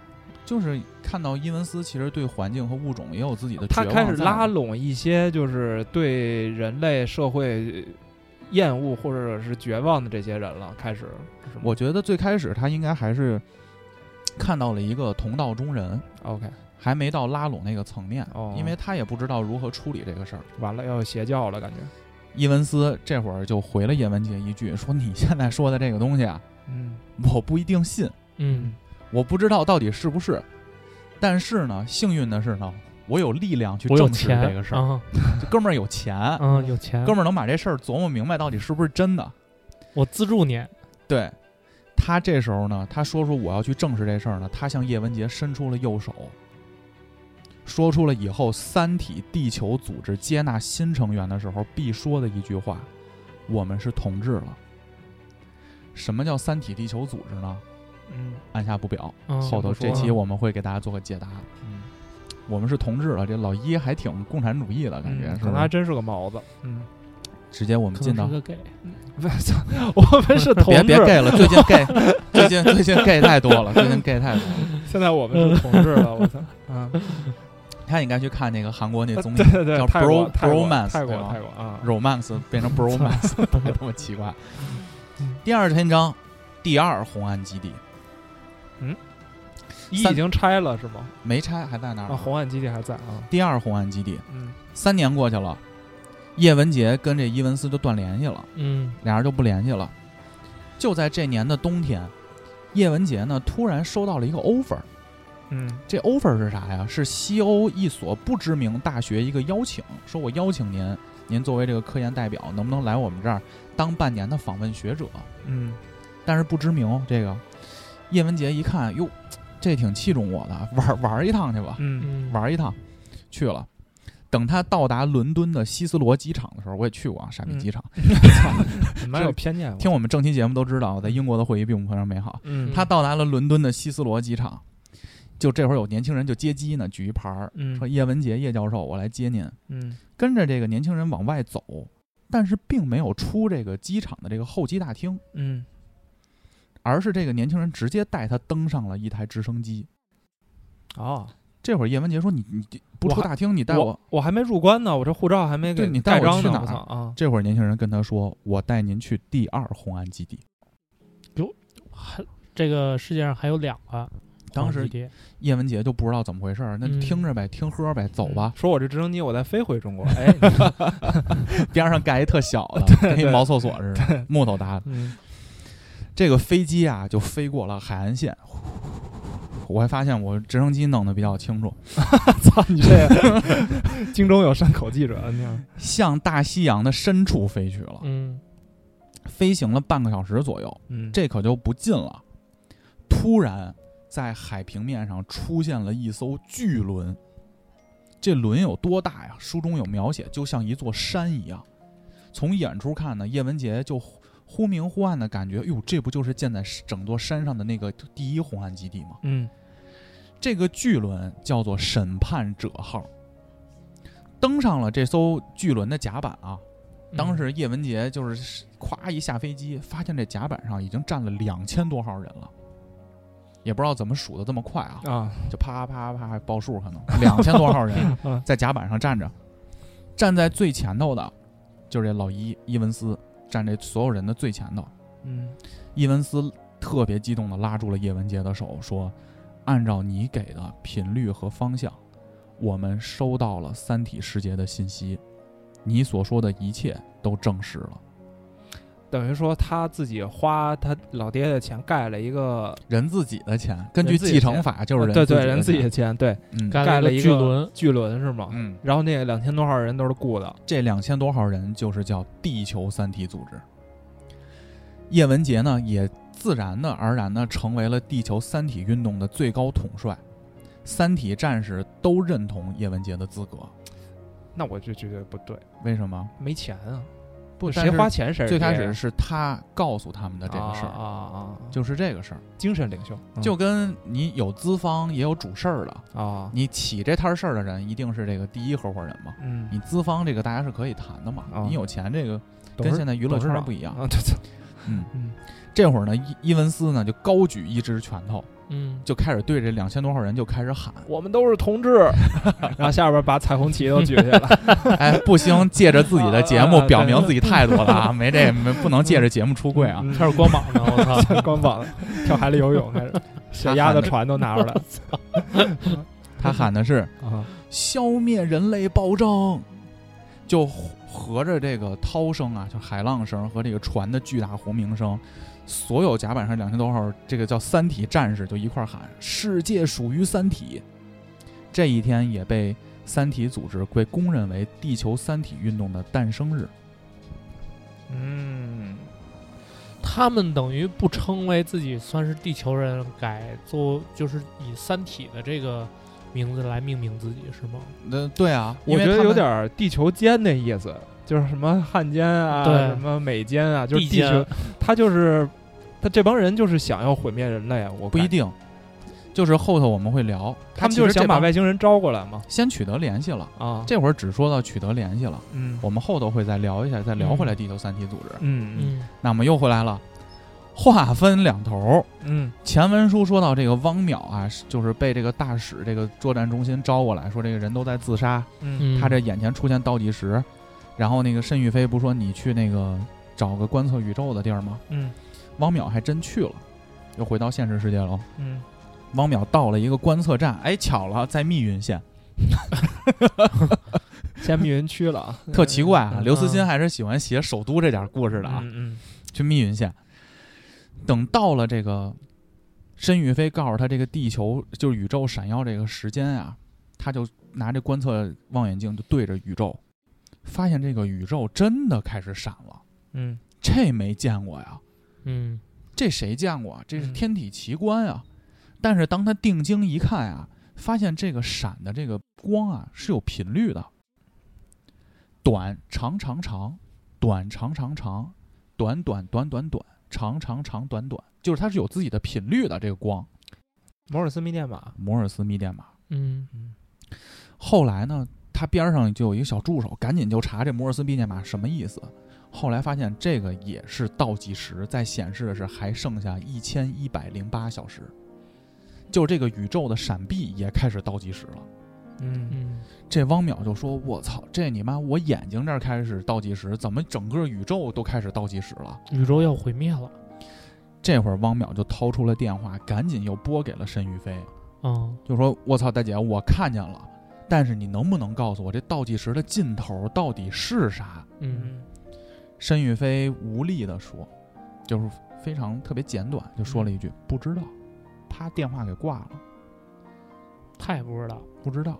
[SPEAKER 1] 就是看到伊文斯其实对环境和物种也有自己的
[SPEAKER 2] 他
[SPEAKER 1] 绝望
[SPEAKER 2] 开始
[SPEAKER 1] 在
[SPEAKER 2] 拉拢一些就是对人类社会厌恶或者是绝望的这些人了，开始，是吗
[SPEAKER 1] 我觉得最开始他应该还是看到了一个同道中人，
[SPEAKER 2] OK，
[SPEAKER 1] 还没到拉拢那个层面，
[SPEAKER 2] 哦
[SPEAKER 1] 因为他也不知道如何处理这个事儿。
[SPEAKER 2] 完了要有邪教了，感觉，
[SPEAKER 1] 伊文斯这会儿就回了叶文洁一句，说：“你现在说的这个东西啊，
[SPEAKER 2] 嗯
[SPEAKER 1] 我不一定信，
[SPEAKER 3] 嗯
[SPEAKER 1] 我不知道到底是不是。但是呢，幸运的是呢，我有力量去
[SPEAKER 3] 我有
[SPEAKER 1] 证实
[SPEAKER 3] 钱
[SPEAKER 1] 这个事儿。
[SPEAKER 3] 啊
[SPEAKER 1] 这哥们儿有钱，
[SPEAKER 3] 啊，有钱，
[SPEAKER 1] 哥们儿能把这事儿琢磨明白到底是不是真的。
[SPEAKER 3] 我资助你。啊
[SPEAKER 1] 对他这时候呢，他说出我要去证实这事儿呢，他向叶文洁伸出了右手，说出了以后三体地球组织接纳新成员的时候必说的一句话：“我们是同志了。”什么叫三体地球组织呢？
[SPEAKER 2] 嗯
[SPEAKER 1] 按下不表，
[SPEAKER 3] 嗯
[SPEAKER 1] 后头
[SPEAKER 2] 不说
[SPEAKER 1] 这期
[SPEAKER 2] 了
[SPEAKER 1] 我们会给大家做个解答。
[SPEAKER 2] 嗯，
[SPEAKER 1] 我们是同志了，这老一还挺共产主义的感觉，
[SPEAKER 2] 嗯
[SPEAKER 1] 是
[SPEAKER 2] 可能还
[SPEAKER 1] 吧？
[SPEAKER 2] 真是个毛子， 嗯，
[SPEAKER 1] 直接我们
[SPEAKER 3] 可
[SPEAKER 1] 进
[SPEAKER 3] 能
[SPEAKER 1] 到
[SPEAKER 3] 是个 gay，
[SPEAKER 2] 我们是同
[SPEAKER 1] 别
[SPEAKER 2] 志，
[SPEAKER 1] 别 gay 了，最近 gay，最近最近 gay 太多了，最近 gay 太多了。
[SPEAKER 2] 现在我们是同志了，我操，嗯，
[SPEAKER 1] 他应该去看那个韩国那综艺
[SPEAKER 2] 对对对，
[SPEAKER 1] 叫
[SPEAKER 2] 泰国
[SPEAKER 1] bro-
[SPEAKER 2] 泰国
[SPEAKER 1] bromance，
[SPEAKER 2] 泰国
[SPEAKER 1] 对吧
[SPEAKER 2] 泰国啊，
[SPEAKER 1] romance 变成 bromance，太他妈奇怪
[SPEAKER 3] 嗯。
[SPEAKER 1] 第二篇章，第二红岸基地
[SPEAKER 2] 一
[SPEAKER 1] 三
[SPEAKER 2] 已经拆了是吗？
[SPEAKER 1] 没拆，还在那儿
[SPEAKER 2] 啊，
[SPEAKER 1] 呢。
[SPEAKER 2] 红岸基地还在啊，
[SPEAKER 1] 第二红岸基地，
[SPEAKER 2] 嗯
[SPEAKER 1] 三年过去了，叶文洁跟这伊文斯就断联系了，
[SPEAKER 3] 嗯
[SPEAKER 1] 俩人就不联系了。就在这年的冬天，叶文洁呢突然收到了一个 offer，
[SPEAKER 2] 嗯
[SPEAKER 1] 这 offer 是啥呀？是西欧一所不知名大学一个邀请，说我邀请您，您作为这个科研代表，能不能来我们这儿当半年的访问学者？
[SPEAKER 2] 嗯，
[SPEAKER 1] 但是不知名哦这个，叶文洁一看，哟，这挺器重我的，啊 玩玩一趟去吧，
[SPEAKER 2] 嗯
[SPEAKER 3] 嗯，
[SPEAKER 1] 玩一趟，去了。等他到达伦敦的希斯罗机场的时候，我也去过啊，傻逼机场。
[SPEAKER 2] 嗯蛮 有偏见，
[SPEAKER 1] 听我们正期节目都知道，我在英国的会议并不非常美好。
[SPEAKER 2] 嗯
[SPEAKER 1] 他到达了伦敦的希斯罗机场，就这会儿有年轻人就接机呢，举一牌儿，
[SPEAKER 2] 嗯
[SPEAKER 1] 说叶文洁叶教授，我来接您。
[SPEAKER 2] 嗯
[SPEAKER 1] 跟着这个年轻人往外走，但是并没有出这个机场的这个候机大厅，
[SPEAKER 2] 嗯
[SPEAKER 1] 而是这个年轻人直接带他登上了一台直升机。
[SPEAKER 2] 哦，
[SPEAKER 1] 这会儿叶文洁说：“你你你不
[SPEAKER 2] 我
[SPEAKER 1] 出
[SPEAKER 2] 还
[SPEAKER 1] 大厅，你带我。
[SPEAKER 2] 我我还没入关呢，我这护照还没给
[SPEAKER 1] 对你带
[SPEAKER 2] 盖
[SPEAKER 1] 我
[SPEAKER 2] 章
[SPEAKER 1] 去
[SPEAKER 2] 呢，
[SPEAKER 1] 哪儿
[SPEAKER 2] 我操啊，
[SPEAKER 1] 这会儿年轻人跟他说：“我带您去第二红岸基地。
[SPEAKER 3] 还这个世界上还有两个
[SPEAKER 1] 当
[SPEAKER 3] 皇
[SPEAKER 1] 时
[SPEAKER 3] 帝爹，
[SPEAKER 1] 叶文洁就不知道怎么回事儿，那就
[SPEAKER 3] 嗯
[SPEAKER 1] 听着 呗，听喝呗，走吧。
[SPEAKER 2] 说我这直升机我再飞回中 国，哎，你
[SPEAKER 1] 边上盖一特小 的，跟一
[SPEAKER 2] 对
[SPEAKER 1] 茅厕所似的，木头搭的。
[SPEAKER 2] 嗯
[SPEAKER 1] 这个飞机啊，就飞过了海岸线。我还发现我直升机弄得比较清楚，
[SPEAKER 2] 操你这个， 京中有山口记者，啊你看
[SPEAKER 1] 向大西洋的深处飞去了。
[SPEAKER 3] 嗯
[SPEAKER 1] 飞行了半个小时左右，
[SPEAKER 2] 嗯
[SPEAKER 1] 这可就不近了。突然，在海平面上出现了一艘巨轮，这轮有多大呀？书中有描写，就像一座山一样。从远处看呢，叶文洁就忽忽明忽暗的感觉，哟，这不就是建在整座山上的那个第一红岸基地吗？
[SPEAKER 2] 嗯
[SPEAKER 1] 这个巨轮叫做审判者号，登上了这艘巨轮的甲板啊。
[SPEAKER 3] 嗯
[SPEAKER 1] 当时叶文洁就是咵一下飞机，发现这甲板上已经站了两千多号人了，也不知道怎么数的这么快啊，
[SPEAKER 2] 啊
[SPEAKER 1] 就啪啪啪报数，可能两千多号人
[SPEAKER 2] 嗯
[SPEAKER 1] 在甲板上站着，站在最前头的就是这老伊伊文斯，站这所有人的最前头。
[SPEAKER 2] 嗯
[SPEAKER 1] 伊文斯特别激动地拉住了叶文洁的手，说：“按照你给的频率和方向，我们收到了三体世界的信息，你所说的一切都证实了。
[SPEAKER 2] 等于说他自己花他老爹的钱盖了一个，
[SPEAKER 1] 人自己的钱，根据
[SPEAKER 2] 人自己
[SPEAKER 1] 继
[SPEAKER 2] 的
[SPEAKER 1] 承
[SPEAKER 2] 钱啊
[SPEAKER 1] 法就是人
[SPEAKER 2] 对对，
[SPEAKER 1] 的
[SPEAKER 2] 人自己
[SPEAKER 1] 钱
[SPEAKER 2] 的钱，对，
[SPEAKER 1] 嗯
[SPEAKER 2] 盖了
[SPEAKER 3] 一
[SPEAKER 2] 一
[SPEAKER 3] 巨
[SPEAKER 2] 个
[SPEAKER 3] 轮，
[SPEAKER 2] 巨轮是吗？
[SPEAKER 1] 嗯，
[SPEAKER 2] 然后那两千多号人都是雇的，
[SPEAKER 1] 这两千多号人就是叫地球三体组织。叶文洁呢，也自然的而然的成为了地球三体运动的最高统帅，三体战士都认同叶文洁的资格。
[SPEAKER 2] 那我就觉得不对，
[SPEAKER 1] 为什么？
[SPEAKER 2] 没钱啊，
[SPEAKER 1] 不，
[SPEAKER 2] 谁花钱
[SPEAKER 1] 但
[SPEAKER 2] 谁
[SPEAKER 1] 是
[SPEAKER 2] 是
[SPEAKER 1] 最开
[SPEAKER 2] 爹
[SPEAKER 1] 始是他告诉他们的这个事儿，
[SPEAKER 2] 啊啊啊，啊
[SPEAKER 1] 就是这个事儿，
[SPEAKER 2] 精神领袖嗯
[SPEAKER 1] 就跟你有资方也有主事儿的，
[SPEAKER 2] 啊，
[SPEAKER 1] 你起这摊事儿的人一定是这个第一合伙人嘛。
[SPEAKER 2] 嗯，
[SPEAKER 1] 你资方这个大家是可以谈的嘛，
[SPEAKER 2] 啊
[SPEAKER 1] 你有钱这个
[SPEAKER 2] 董
[SPEAKER 1] 跟
[SPEAKER 2] 事
[SPEAKER 1] 现在娱乐
[SPEAKER 2] 董事
[SPEAKER 1] 圈儿
[SPEAKER 2] 长
[SPEAKER 1] 不一样。
[SPEAKER 2] 啊，对对，
[SPEAKER 1] 嗯
[SPEAKER 2] 嗯，：“
[SPEAKER 1] 这会儿呢，伊伊文斯呢就高举一只拳头，
[SPEAKER 3] 嗯，
[SPEAKER 1] 就开始对这两千多号人就开始喊
[SPEAKER 2] 我们都是同志。” 然后下边把彩虹旗都举起 来，
[SPEAKER 1] 哎，不行，借着自己的节目
[SPEAKER 2] 啊
[SPEAKER 1] 表明自己态度了 啊！没这没不能借着节目出柜啊！
[SPEAKER 2] 嗯
[SPEAKER 3] 开始光膀呢，我操，
[SPEAKER 2] 光膀子跳海里游泳 开始，小鸭子船都拿出来了
[SPEAKER 1] 他喊的是
[SPEAKER 2] 啊，
[SPEAKER 1] “消灭人类暴政”，就合着这个涛声啊，就海浪声和这个船的巨大轰鸣声，所有甲板上两千多号这个叫三体战士就一块儿喊：“世界属于三体！”这一天也被三体组织被公认为地球三体运动的诞生日。
[SPEAKER 2] 嗯，
[SPEAKER 3] 他们等于不称为自己算是地球人，改做就是以《三体》的这个名字来命名自己是吗？
[SPEAKER 1] 那对啊，
[SPEAKER 2] 我
[SPEAKER 1] 因为
[SPEAKER 2] 觉得
[SPEAKER 1] 他
[SPEAKER 2] 有
[SPEAKER 1] 们
[SPEAKER 2] 点儿地球间那意思，就是什么汉奸啊，
[SPEAKER 3] 对
[SPEAKER 2] 什么美奸啊，就是
[SPEAKER 3] 地
[SPEAKER 2] 地球
[SPEAKER 3] 间，
[SPEAKER 2] 他就是他这帮人就是想要毁灭人类，啊我
[SPEAKER 1] 不一
[SPEAKER 2] 感觉，
[SPEAKER 1] 定，就是后头我们会聊，
[SPEAKER 2] 他们就是
[SPEAKER 1] 其实
[SPEAKER 2] 想
[SPEAKER 1] 这
[SPEAKER 2] 把
[SPEAKER 1] 帮
[SPEAKER 2] 外星人招过来嘛，
[SPEAKER 1] 先取得联系了。
[SPEAKER 2] 啊，
[SPEAKER 1] 这会儿只说到取得联系了，
[SPEAKER 2] 嗯
[SPEAKER 1] 我们后头会再聊一下，再聊回来
[SPEAKER 3] 嗯
[SPEAKER 1] 地球三体组织。
[SPEAKER 2] 嗯
[SPEAKER 3] 嗯，
[SPEAKER 1] 那么又回来了，话分两头儿。
[SPEAKER 2] 嗯
[SPEAKER 1] 前文书说到这个汪淼啊，是就是被这个大使这个作战中心招过来，说这个人都在自杀，
[SPEAKER 2] 嗯
[SPEAKER 3] 嗯
[SPEAKER 1] 他这眼前出现倒计时，然后那个申玉飞不说你去那个找个观测宇宙的地儿吗？
[SPEAKER 2] 嗯
[SPEAKER 1] 汪淼还真去了，又回到现实世界了。
[SPEAKER 2] 嗯，
[SPEAKER 1] 汪淼到了一个观测站，哎，巧了，在密云县，
[SPEAKER 2] 先密云区了，啊，
[SPEAKER 1] 特奇怪啊！
[SPEAKER 2] 嗯
[SPEAKER 1] 刘慈欣还是喜欢写首都这点故事的啊，
[SPEAKER 2] 嗯
[SPEAKER 1] 去密云县。等到了这个申玉飞告诉他这个地球就是宇宙闪耀这个时间啊，他就拿这观测望远镜就对着宇宙，发现这个宇宙真的开始闪了，
[SPEAKER 2] 嗯
[SPEAKER 1] 这没见过呀，
[SPEAKER 3] 嗯
[SPEAKER 1] 这谁见过啊？这是
[SPEAKER 2] 嗯
[SPEAKER 1] 天体奇观啊！但是当他定睛一看啊，发现这个闪的这个光啊是有频率的，短长长长，短长长长，短短短短短，长长长短短，就是它是有自己的频率的这个光。
[SPEAKER 2] 摩尔斯密电码，
[SPEAKER 1] 摩尔斯密电码。
[SPEAKER 3] 嗯
[SPEAKER 1] 后来呢，他边上就有一个小助手，赶紧就查这摩尔斯密电码什么意思。后来发现这个也是倒计时，在显示的是还剩下一千一百零八小时，就这个宇宙的闪避也开始倒计时了。
[SPEAKER 2] 嗯
[SPEAKER 3] 嗯，
[SPEAKER 1] 这汪淼就说：“我操，这你妈！我眼睛这儿开始倒计时，怎么整个宇宙都开始倒计时了
[SPEAKER 3] 宇宙要毁灭了，？”
[SPEAKER 1] 这会儿汪淼就掏出了电话，赶紧又拨给了申玉飞，
[SPEAKER 3] 嗯
[SPEAKER 1] 就说：“我操，大姐，我看见了，但是你能不能告诉我这倒计时的尽头到底是啥
[SPEAKER 3] 嗯，？”
[SPEAKER 1] 申玉飞无力地说，就是非常特别简短，就说了一句：“不知道。”啪，电话给挂了，
[SPEAKER 3] 他也不知道，
[SPEAKER 1] 不知道。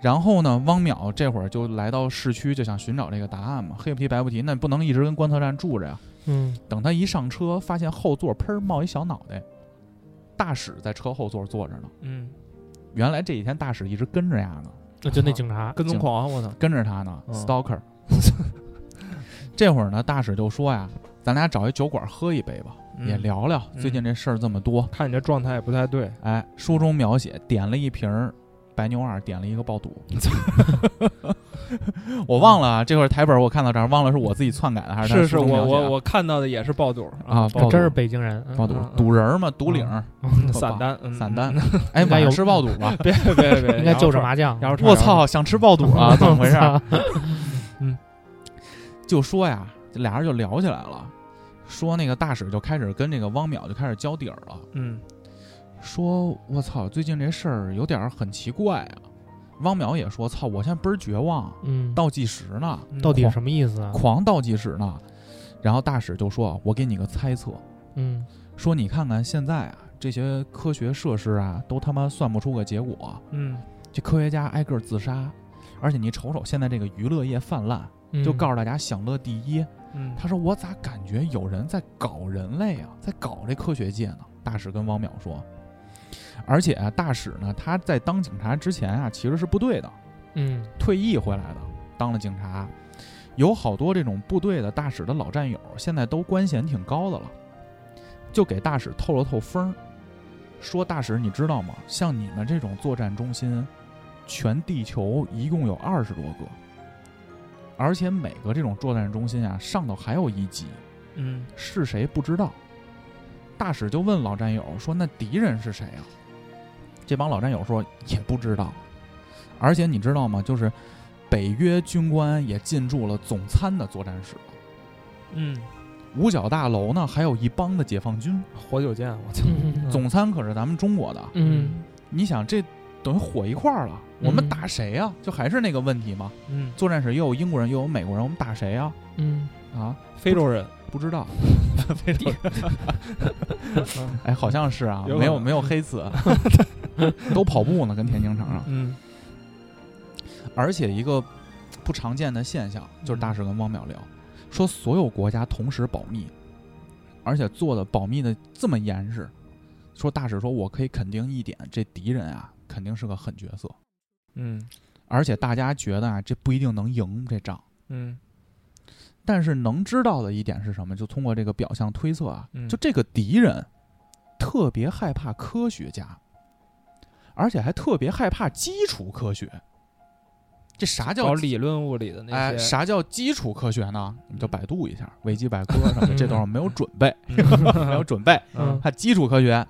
[SPEAKER 1] 然后呢，汪淼这会儿就来到市区，就想寻找这个答案嘛，黑不提白不提，那不能一直跟观测站住着呀。
[SPEAKER 3] 嗯
[SPEAKER 1] 等他一上车，发现后座砰儿冒一小脑袋，大使在车后座坐着呢。
[SPEAKER 2] 嗯，
[SPEAKER 1] 原来这几天大使一直跟着呀呢，
[SPEAKER 3] 那就那警察，
[SPEAKER 2] 跟踪
[SPEAKER 1] 警
[SPEAKER 2] 狂，我操，
[SPEAKER 1] 跟着他呢、
[SPEAKER 2] 嗯
[SPEAKER 1] s t a l k e r 这会儿呢，大使就说呀：“咱俩找一酒馆喝一杯吧，
[SPEAKER 2] 嗯
[SPEAKER 1] 也聊聊
[SPEAKER 2] 嗯
[SPEAKER 1] 最近这事儿这么多。
[SPEAKER 2] 看你这状态也不太对，
[SPEAKER 1] 哎，书中描写点了一瓶儿白牛二，点了一个爆肚。 我忘了啊，这会儿台本我看到这儿，忘了是我自己篡改的还是他
[SPEAKER 2] 是是，
[SPEAKER 1] 书中
[SPEAKER 2] 我
[SPEAKER 1] 描写啊
[SPEAKER 2] 我我看到的也是爆肚
[SPEAKER 1] 啊
[SPEAKER 2] 爆
[SPEAKER 1] 爆
[SPEAKER 3] 真是
[SPEAKER 1] 肚
[SPEAKER 3] 北京人，嗯
[SPEAKER 1] 爆肚
[SPEAKER 2] 嗯嗯
[SPEAKER 1] 赌人儿嘛，赌领儿
[SPEAKER 2] 肚
[SPEAKER 1] 爆
[SPEAKER 2] 散单，嗯
[SPEAKER 1] 散单，
[SPEAKER 2] 嗯。
[SPEAKER 1] 哎，
[SPEAKER 3] 应该
[SPEAKER 1] 晚
[SPEAKER 3] 有
[SPEAKER 1] 上吃爆肚 吧。
[SPEAKER 2] 别别别，
[SPEAKER 3] 应该就
[SPEAKER 2] 就是
[SPEAKER 3] 麻将，
[SPEAKER 2] 羊肉串
[SPEAKER 1] 我操，想吃爆肚啊？怎么回事儿？
[SPEAKER 2] 嗯，
[SPEAKER 1] 就说呀，这俩人就聊起来了，说那个大使就开始跟这个汪淼就开始交底儿了，
[SPEAKER 2] 嗯
[SPEAKER 1] 说我操，最近这事儿有点儿很奇怪啊。汪淼也说：“操，我现在倍儿绝望，
[SPEAKER 3] 嗯，
[SPEAKER 1] 倒计时呢，
[SPEAKER 2] 嗯
[SPEAKER 3] 到底
[SPEAKER 1] 狂
[SPEAKER 3] 什么意思啊？
[SPEAKER 1] 狂倒计时呢。”然后大使就说：“我给你个猜测，
[SPEAKER 3] 嗯
[SPEAKER 1] 说你看看现在啊，这些科学设施啊，都他妈算不出个结果，
[SPEAKER 2] 嗯，
[SPEAKER 1] 这科学家挨个自杀。”而且你瞅瞅现在这个娱乐业泛滥，
[SPEAKER 3] 嗯，
[SPEAKER 1] 就告诉大家享乐第一。
[SPEAKER 2] 嗯，
[SPEAKER 1] 他说：“我咋感觉有人在搞人类啊，在搞这科学界呢？”大使跟汪淼说。而且、啊、大使呢，他在当警察之前啊，其实是部队的，
[SPEAKER 3] 嗯
[SPEAKER 1] 退役回来的，当了警察。有好多这种部队的大使的老战友，现在都官衔挺高的了，就给大使透了透风儿，说大使，你知道吗？像你们这种作战中心，全地球一共有二十多个，而且每个这种作战中心啊，上头还有一级，
[SPEAKER 2] 嗯
[SPEAKER 1] 是谁不知道。大使就问老战友说：“那敌人是谁啊？”这帮老战友说：“也不知道。”而且你知道吗？就是北约军官也进驻了总参的作战室，
[SPEAKER 2] 嗯，
[SPEAKER 1] 五角大楼呢还有一帮的解放军。
[SPEAKER 2] 活久见，我操，
[SPEAKER 3] 嗯
[SPEAKER 1] 总参可是咱们中国的，
[SPEAKER 3] 嗯
[SPEAKER 1] 你想这等于火一块儿了，我们
[SPEAKER 3] 嗯
[SPEAKER 1] 打谁呀、就还是那个问题嘛。
[SPEAKER 2] 嗯，
[SPEAKER 1] 作战室又有英国人又有美国人，我们打谁呀、
[SPEAKER 3] 嗯
[SPEAKER 1] 啊？
[SPEAKER 2] 非洲人，
[SPEAKER 1] 不知道，
[SPEAKER 2] 非洲人，
[SPEAKER 1] 哎，好像是啊，
[SPEAKER 2] 有可能
[SPEAKER 1] 没有没有黑子，都跑步呢，跟田径场上。
[SPEAKER 2] 嗯
[SPEAKER 1] 而且一个不常见的现象就是大使跟汪淼聊，说所有国家同时保密，而且做的保密的这么严实。说大使说，我可以肯定一点，这敌人啊肯定是个狠角色，
[SPEAKER 2] 嗯
[SPEAKER 1] 而且大家觉得啊这不一定能赢这仗。
[SPEAKER 2] 嗯
[SPEAKER 1] 但是能知道的一点是什么？就通过这个表象推测啊，
[SPEAKER 2] 嗯
[SPEAKER 1] 就这个敌人特别害怕科学家，而且还特别害怕基础科学。这啥叫
[SPEAKER 2] 搞理论物理的那
[SPEAKER 1] 哎，
[SPEAKER 2] 些，
[SPEAKER 1] 啥叫基础科学呢？你就百度一下，维基百科什么的，这都是没有准 备， 没有准备。
[SPEAKER 2] 嗯
[SPEAKER 1] 它基础科学，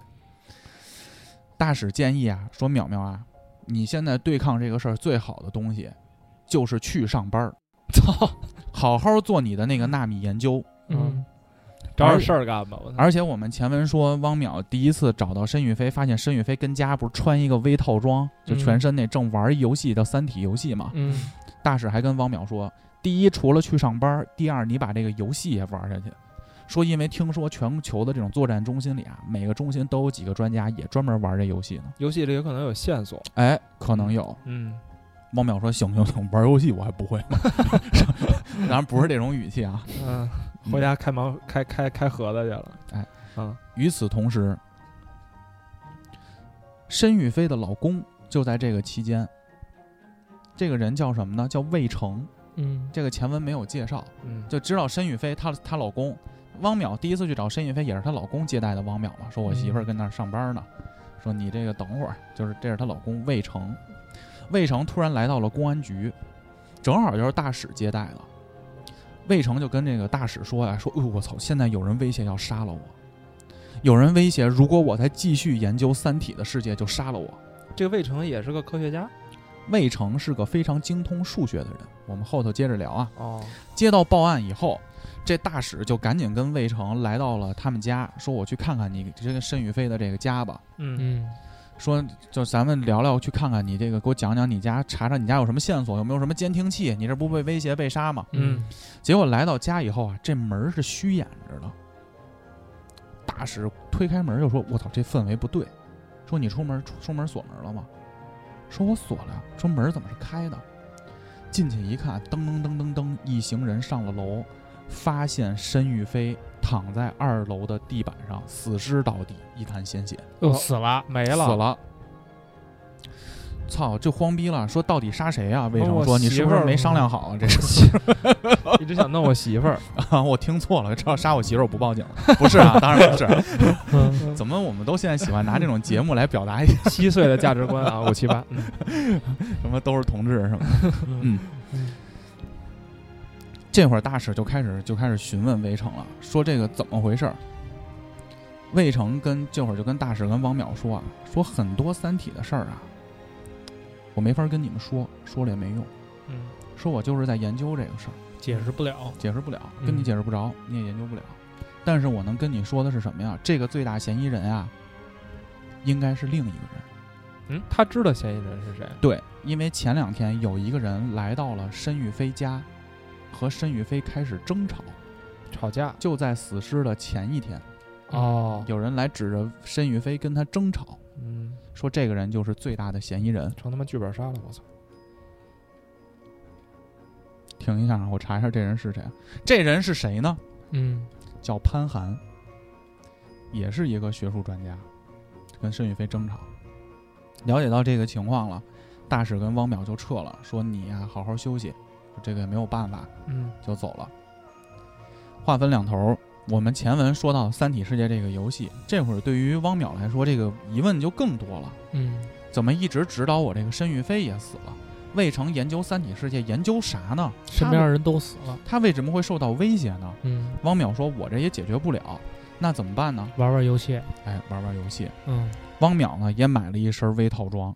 [SPEAKER 1] 大使建议啊，说淼淼啊，你现在对抗这个事儿最好的东西，就是去上班儿，
[SPEAKER 2] 操，
[SPEAKER 1] 好好做你的那个纳米研究。
[SPEAKER 3] 嗯
[SPEAKER 2] 找点事儿干吧，我操，
[SPEAKER 1] 而且我们前文说，汪淼第一次找到申玉飞，发现申玉飞跟家不是穿一个微套装，就全
[SPEAKER 2] 嗯
[SPEAKER 1] 身那正玩一游戏叫《三体》游戏嘛。
[SPEAKER 3] 嗯
[SPEAKER 1] 大使还跟汪淼说：第一，除了去上班；第二，你把这个游戏也玩下去。说，因为听说全球的这种作战中心里啊，每个中心都有几个专家也专门玩这游戏呢。
[SPEAKER 2] 游戏里有可能有线索，
[SPEAKER 1] 哎，可能有。
[SPEAKER 2] 嗯
[SPEAKER 1] 汪淼说：“行行行，玩游戏我还不会吗？” 当然不是这种语气啊。
[SPEAKER 2] 嗯，回家开盲开开开盒子去了，
[SPEAKER 1] 哎，
[SPEAKER 2] 啊，
[SPEAKER 1] 与此同时，申玉飞的老公就在这个期间，这个人叫什么呢？叫魏成。
[SPEAKER 3] 嗯
[SPEAKER 1] 这个前文没有介绍，
[SPEAKER 2] 嗯
[SPEAKER 1] 就知道申玉飞她她老公汪淼第一次去找申玉飞也是她老公接待的汪淼嘛，说我媳妇儿跟那儿上班呢，说你这个等会儿，就是这是她老公魏成，魏成突然来到了公安局，正好就是大使接待的，魏成就跟这个大使说呀、说哎呦我操，现在有人威胁要杀了我，有人威胁如果我再继续研究《三体》的世界就杀了我。
[SPEAKER 2] 这个魏成也是个科学家
[SPEAKER 1] 魏成是个非常精通数学的人，我们后头接着聊啊。
[SPEAKER 2] 哦，
[SPEAKER 1] 接到报案以后，这大使就赶紧跟魏成来到了他们家，说：“我去看看你这个申宇飞的这个家吧。
[SPEAKER 2] 嗯
[SPEAKER 3] 嗯
[SPEAKER 1] 说就咱们聊聊，去看看你这个，给我讲讲你家，查查你家有什么线索，有没有什么监听器？你这不被威胁被杀吗？”
[SPEAKER 3] 嗯
[SPEAKER 1] 结果来到家以后啊，这门是虚掩着的。大使推开门就说：“我操，这氛围不对。”说：“你出门出出门锁门了吗？”说：“我锁了呀。”说：“门怎么是开的？”进去一看，噔噔噔噔噔，一行人上了楼，发现申玉飞躺在二楼的地板上，死尸倒地，一滩鲜血，
[SPEAKER 3] 又死了，
[SPEAKER 2] 没
[SPEAKER 1] 死
[SPEAKER 2] 了，
[SPEAKER 1] 了。操，这慌逼了！说到底杀谁啊？魏
[SPEAKER 2] 哦
[SPEAKER 1] 成
[SPEAKER 2] 我
[SPEAKER 1] 说：“你是不
[SPEAKER 2] 媳妇
[SPEAKER 1] 是
[SPEAKER 2] 儿
[SPEAKER 1] 没商量好啊？这是。”
[SPEAKER 2] 一直想弄我媳妇儿，
[SPEAKER 1] 啊， 我听错了，知道杀我媳妇儿我不报警了，不是啊，当然不是。
[SPEAKER 3] 嗯
[SPEAKER 1] 怎么我们都现在喜欢拿这种节目来表达一些
[SPEAKER 2] 七岁的价值观啊，五七八，嗯
[SPEAKER 1] 什么都是同志什么的？
[SPEAKER 3] 嗯
[SPEAKER 1] 这会儿大使就开始就开始询问魏成了，说这个怎么回事儿？魏成跟这会儿就跟大使跟王淼说啊，说很多《三体》的事儿啊，我没法跟你们说，说了也没用，
[SPEAKER 2] 嗯
[SPEAKER 1] 说我就是在研究这个事儿，
[SPEAKER 3] 解释不 了，
[SPEAKER 1] 解释不了，跟你
[SPEAKER 3] 嗯
[SPEAKER 1] 解释不着，你也研究不了。但是我能跟你说的是什么呀？这个最大嫌疑人啊，应该是另一个人。
[SPEAKER 2] 嗯，他知道嫌疑人是谁，
[SPEAKER 1] 对，因为前两天有一个人来到了申玉飞家，和申玉飞开始争吵，
[SPEAKER 2] 吵架
[SPEAKER 1] 就在死尸的前一天，
[SPEAKER 2] 哦，
[SPEAKER 1] 有人来指着申玉飞跟他争吵，
[SPEAKER 2] 嗯，
[SPEAKER 1] 说这个人就是最大的嫌疑人。
[SPEAKER 2] 成他妈剧本杀了，我操！
[SPEAKER 1] 停一下啊，我查一下这人是谁。这人是谁呢？
[SPEAKER 3] 嗯
[SPEAKER 1] 叫潘寒，也是一个学术专家，跟申玉飞争吵。了解到这个情况了，大使跟汪淼就撤了，说你呀、好好休息，这个也没有办法，
[SPEAKER 3] 嗯
[SPEAKER 1] 就走了。话分两头儿，我们前文说到《三体世界》这个游戏，这会儿对于汪淼来说，这个疑问就更多了：
[SPEAKER 3] 嗯
[SPEAKER 1] 怎么一直指导我这个申玉飞也死了？未成研究《三体世界》，研究啥呢？
[SPEAKER 3] 身边的人都死了，
[SPEAKER 1] 他为什么会受到威胁呢？
[SPEAKER 3] 嗯，
[SPEAKER 1] 汪淼说：“我这也解决不了，那怎么办呢？
[SPEAKER 3] 玩玩游戏，
[SPEAKER 1] 哎，玩玩游戏。
[SPEAKER 3] 嗯，
[SPEAKER 1] 汪淼呢也买了一身微套装，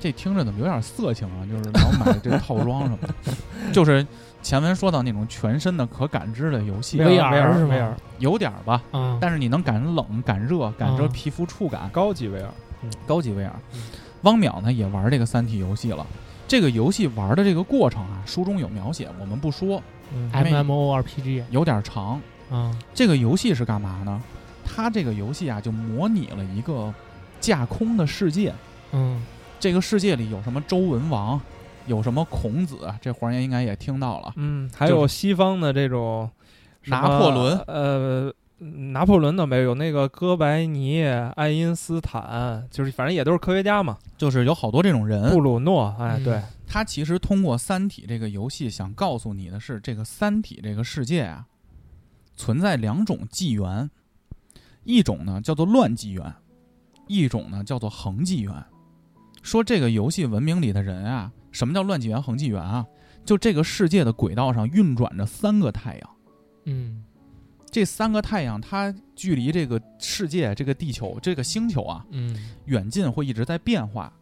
[SPEAKER 1] 这听着怎么有点色情啊？就是老买这套装什么的， 就是前文说到那种全身的可感知的游戏，
[SPEAKER 2] 没有
[SPEAKER 3] VR
[SPEAKER 2] 没有
[SPEAKER 3] 是
[SPEAKER 2] 没
[SPEAKER 3] 吗
[SPEAKER 2] 有？
[SPEAKER 1] 有点儿吧。
[SPEAKER 3] 啊，
[SPEAKER 1] 但是你能感知冷、感热、感
[SPEAKER 2] 嗯
[SPEAKER 1] 知
[SPEAKER 3] 啊
[SPEAKER 1] 皮肤触感，
[SPEAKER 2] 高级 VR，
[SPEAKER 1] 高级 VR
[SPEAKER 3] 嗯。
[SPEAKER 1] 汪淼呢也玩这个《三体》游戏了。这个游戏玩的这个过程啊，书中有描写，我们不说，
[SPEAKER 2] 嗯
[SPEAKER 3] MMORPG
[SPEAKER 1] 有点长。
[SPEAKER 3] 啊，
[SPEAKER 1] 这个游戏是干嘛呢？它这个游戏啊，就模拟了一个架空的世界。
[SPEAKER 3] 嗯
[SPEAKER 1] 这个世界里有什么周文王，有什么孔子，这黄爷应该也听到了。
[SPEAKER 2] 嗯，还有西方的这种什么
[SPEAKER 1] 拿破仑，
[SPEAKER 2] 呃，拿破仑倒没有，有那个哥白尼、爱因斯坦，就是反正也都是科学家嘛，
[SPEAKER 1] 就是有好多这种人
[SPEAKER 2] 布，鲁诺，哎，
[SPEAKER 3] 嗯
[SPEAKER 2] 对，
[SPEAKER 1] 他其实通过《三体》这个游戏想告诉你的是，这个《三体》这个世界啊，存在两种纪元，一种呢叫做乱纪元，一种呢叫做恒纪元。说这个游戏文明里的人啊，什么叫乱纪元、恒纪元啊？就这个世界的轨道上运转着三个太阳。
[SPEAKER 3] 嗯
[SPEAKER 1] 这三个太阳，它距离这个世界、这个地球、这个星球啊，
[SPEAKER 3] 嗯
[SPEAKER 1] 远近会一直在变化，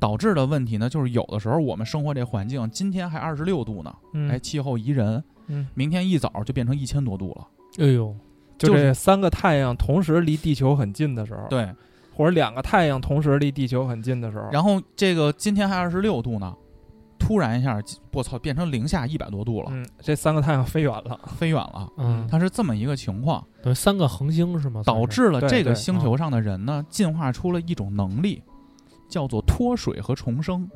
[SPEAKER 1] 导致的问题呢，就是有的时候我们生活这环境，今天还二十六度呢，
[SPEAKER 2] 嗯，
[SPEAKER 1] 哎，气候宜人，
[SPEAKER 2] 嗯，
[SPEAKER 1] 明天一早就变成一千多度了。
[SPEAKER 3] 哎呦，
[SPEAKER 2] 就
[SPEAKER 1] 就是
[SPEAKER 2] 这三个太阳同时离地球很近的时候，，
[SPEAKER 1] 对，
[SPEAKER 2] 或者两个太阳同时离地球很近的时候，
[SPEAKER 1] 然后这个今天还二十六度呢，突然一下，我操，变成零下一百多度了，
[SPEAKER 2] 嗯，这三个太阳飞远了，
[SPEAKER 1] 飞远了。
[SPEAKER 3] 嗯，
[SPEAKER 1] 它是这么一个情况，
[SPEAKER 3] 等于三个恒星是吗？算是
[SPEAKER 1] 导致了
[SPEAKER 2] 对
[SPEAKER 1] 这个
[SPEAKER 2] 对
[SPEAKER 1] 星球上的人呢，进化出了一种能力，叫做脱水和重生。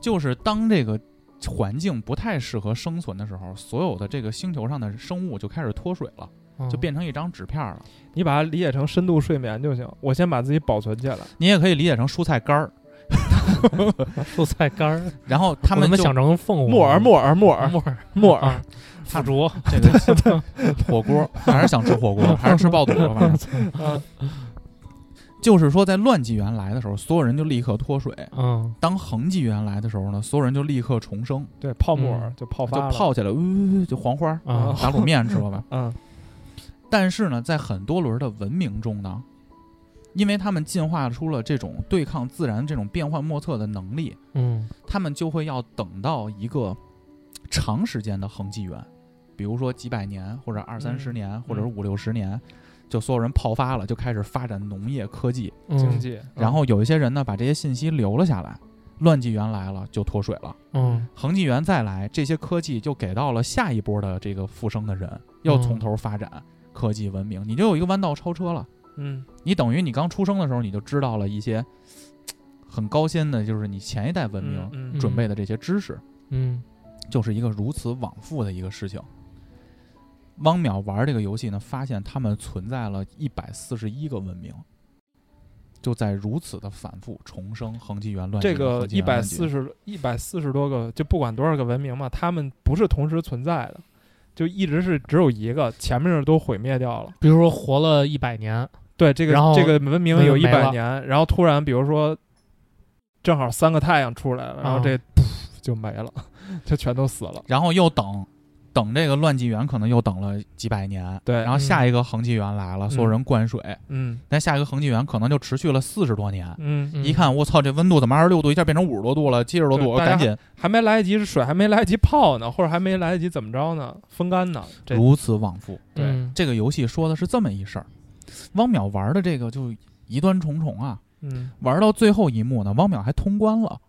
[SPEAKER 1] 就是当这个环境不太适合生存的时候，所有的这个星球上的生物就开始脱水了，
[SPEAKER 3] 嗯
[SPEAKER 1] 就变成一张纸片了。
[SPEAKER 2] 你把它理解成深度睡眠就行。我先把自己保存起来，
[SPEAKER 1] 你也可以理解成蔬菜干儿，
[SPEAKER 3] 蔬嗯菜干儿，
[SPEAKER 1] 然后他
[SPEAKER 3] 我
[SPEAKER 1] 们
[SPEAKER 3] 怎么
[SPEAKER 1] 就
[SPEAKER 3] 想成凤凰
[SPEAKER 2] 木耳木耳木耳
[SPEAKER 3] 木耳
[SPEAKER 2] 木耳，
[SPEAKER 3] 啊，附着，
[SPEAKER 1] 这个火锅，还是想吃火锅，还是吃爆肚吧，反正
[SPEAKER 2] 啊
[SPEAKER 1] 就是说在乱纪元来的时候，所有人就立刻脱水；
[SPEAKER 3] 嗯
[SPEAKER 1] 当恒纪元来的时候呢，所有人就立刻重生，
[SPEAKER 2] 对，泡木耳
[SPEAKER 3] 嗯
[SPEAKER 2] 就泡
[SPEAKER 1] 就
[SPEAKER 2] 发了，
[SPEAKER 1] 泡起来，呜、呜呜就黄花儿
[SPEAKER 3] 啊
[SPEAKER 1] 打卤面吃了吧。
[SPEAKER 2] 嗯
[SPEAKER 1] 但是呢，在很多轮的文明中呢，因为他们进化出了这种对抗自然、这种变幻莫测的能力，
[SPEAKER 3] 嗯
[SPEAKER 1] 他们就会要等到一个长时间的恒纪元，比如说几百年，或者二三十年，或者是五六十年，就所有人泡发了，就开始发展农业科技。
[SPEAKER 3] 嗯
[SPEAKER 2] 经济，
[SPEAKER 1] 然后有一些人呢，把这些信息留了下来，乱纪元来了就脱水了。
[SPEAKER 3] 嗯
[SPEAKER 1] 恒纪元再来，这些科技就给到了下一波的这个复生的人，又从头发展科技文明，你就有一个弯道超车了。
[SPEAKER 2] 嗯
[SPEAKER 1] 你等于你刚出生的时候，你就知道了一些嘖很高深的，就是你前一代文明
[SPEAKER 2] 嗯
[SPEAKER 3] 嗯
[SPEAKER 1] 准备的这些知识，
[SPEAKER 3] 嗯
[SPEAKER 1] 就是一个如此往复的一个事情。汪淼玩这个游戏呢，发现他们存在了一百四十一个文明，就在如此的反复重生恒纪元乱纪
[SPEAKER 2] 这
[SPEAKER 1] 元
[SPEAKER 2] 个
[SPEAKER 1] 恒纪
[SPEAKER 2] 一
[SPEAKER 1] 元
[SPEAKER 2] 百
[SPEAKER 1] 乱纪元
[SPEAKER 2] 四十一百四十多个，就不管多少个文明嘛，他们不是同时存在的，就一直是只有一个，前面的都毁灭掉了。
[SPEAKER 3] 比如说活了一百年，
[SPEAKER 2] 对，这个
[SPEAKER 3] 然后
[SPEAKER 2] 这个文明
[SPEAKER 3] 文明
[SPEAKER 2] 有一
[SPEAKER 3] 没
[SPEAKER 2] 百
[SPEAKER 3] 了
[SPEAKER 2] 年，然后突然比如说，正好三个太阳出来了，然后
[SPEAKER 3] 啊
[SPEAKER 2] 这、噗就没了， 就全都死了。
[SPEAKER 1] 然后又等，等这个乱纪元可能又等了几百年，
[SPEAKER 2] 对
[SPEAKER 1] 然后下一个恒纪元来了，所有人灌水，
[SPEAKER 2] 嗯
[SPEAKER 1] 但下一个恒纪元可能就持续了四十多年。
[SPEAKER 2] 嗯，
[SPEAKER 3] 嗯
[SPEAKER 1] 一看，我操，这温度怎么二十六度，一下变成五十多度了，七十多度，
[SPEAKER 2] 对
[SPEAKER 1] 我
[SPEAKER 2] 大家
[SPEAKER 1] 赶紧。
[SPEAKER 2] 还没来得及水还没来得及泡呢，或者还没来得及怎么着呢，风干呢。这
[SPEAKER 1] 如此往复。
[SPEAKER 2] 对
[SPEAKER 3] 嗯
[SPEAKER 1] 这个游戏说的是这么一事儿，汪淼玩的这个就疑端重重啊，
[SPEAKER 3] 嗯
[SPEAKER 1] 玩到最后一幕呢，汪淼还通关了。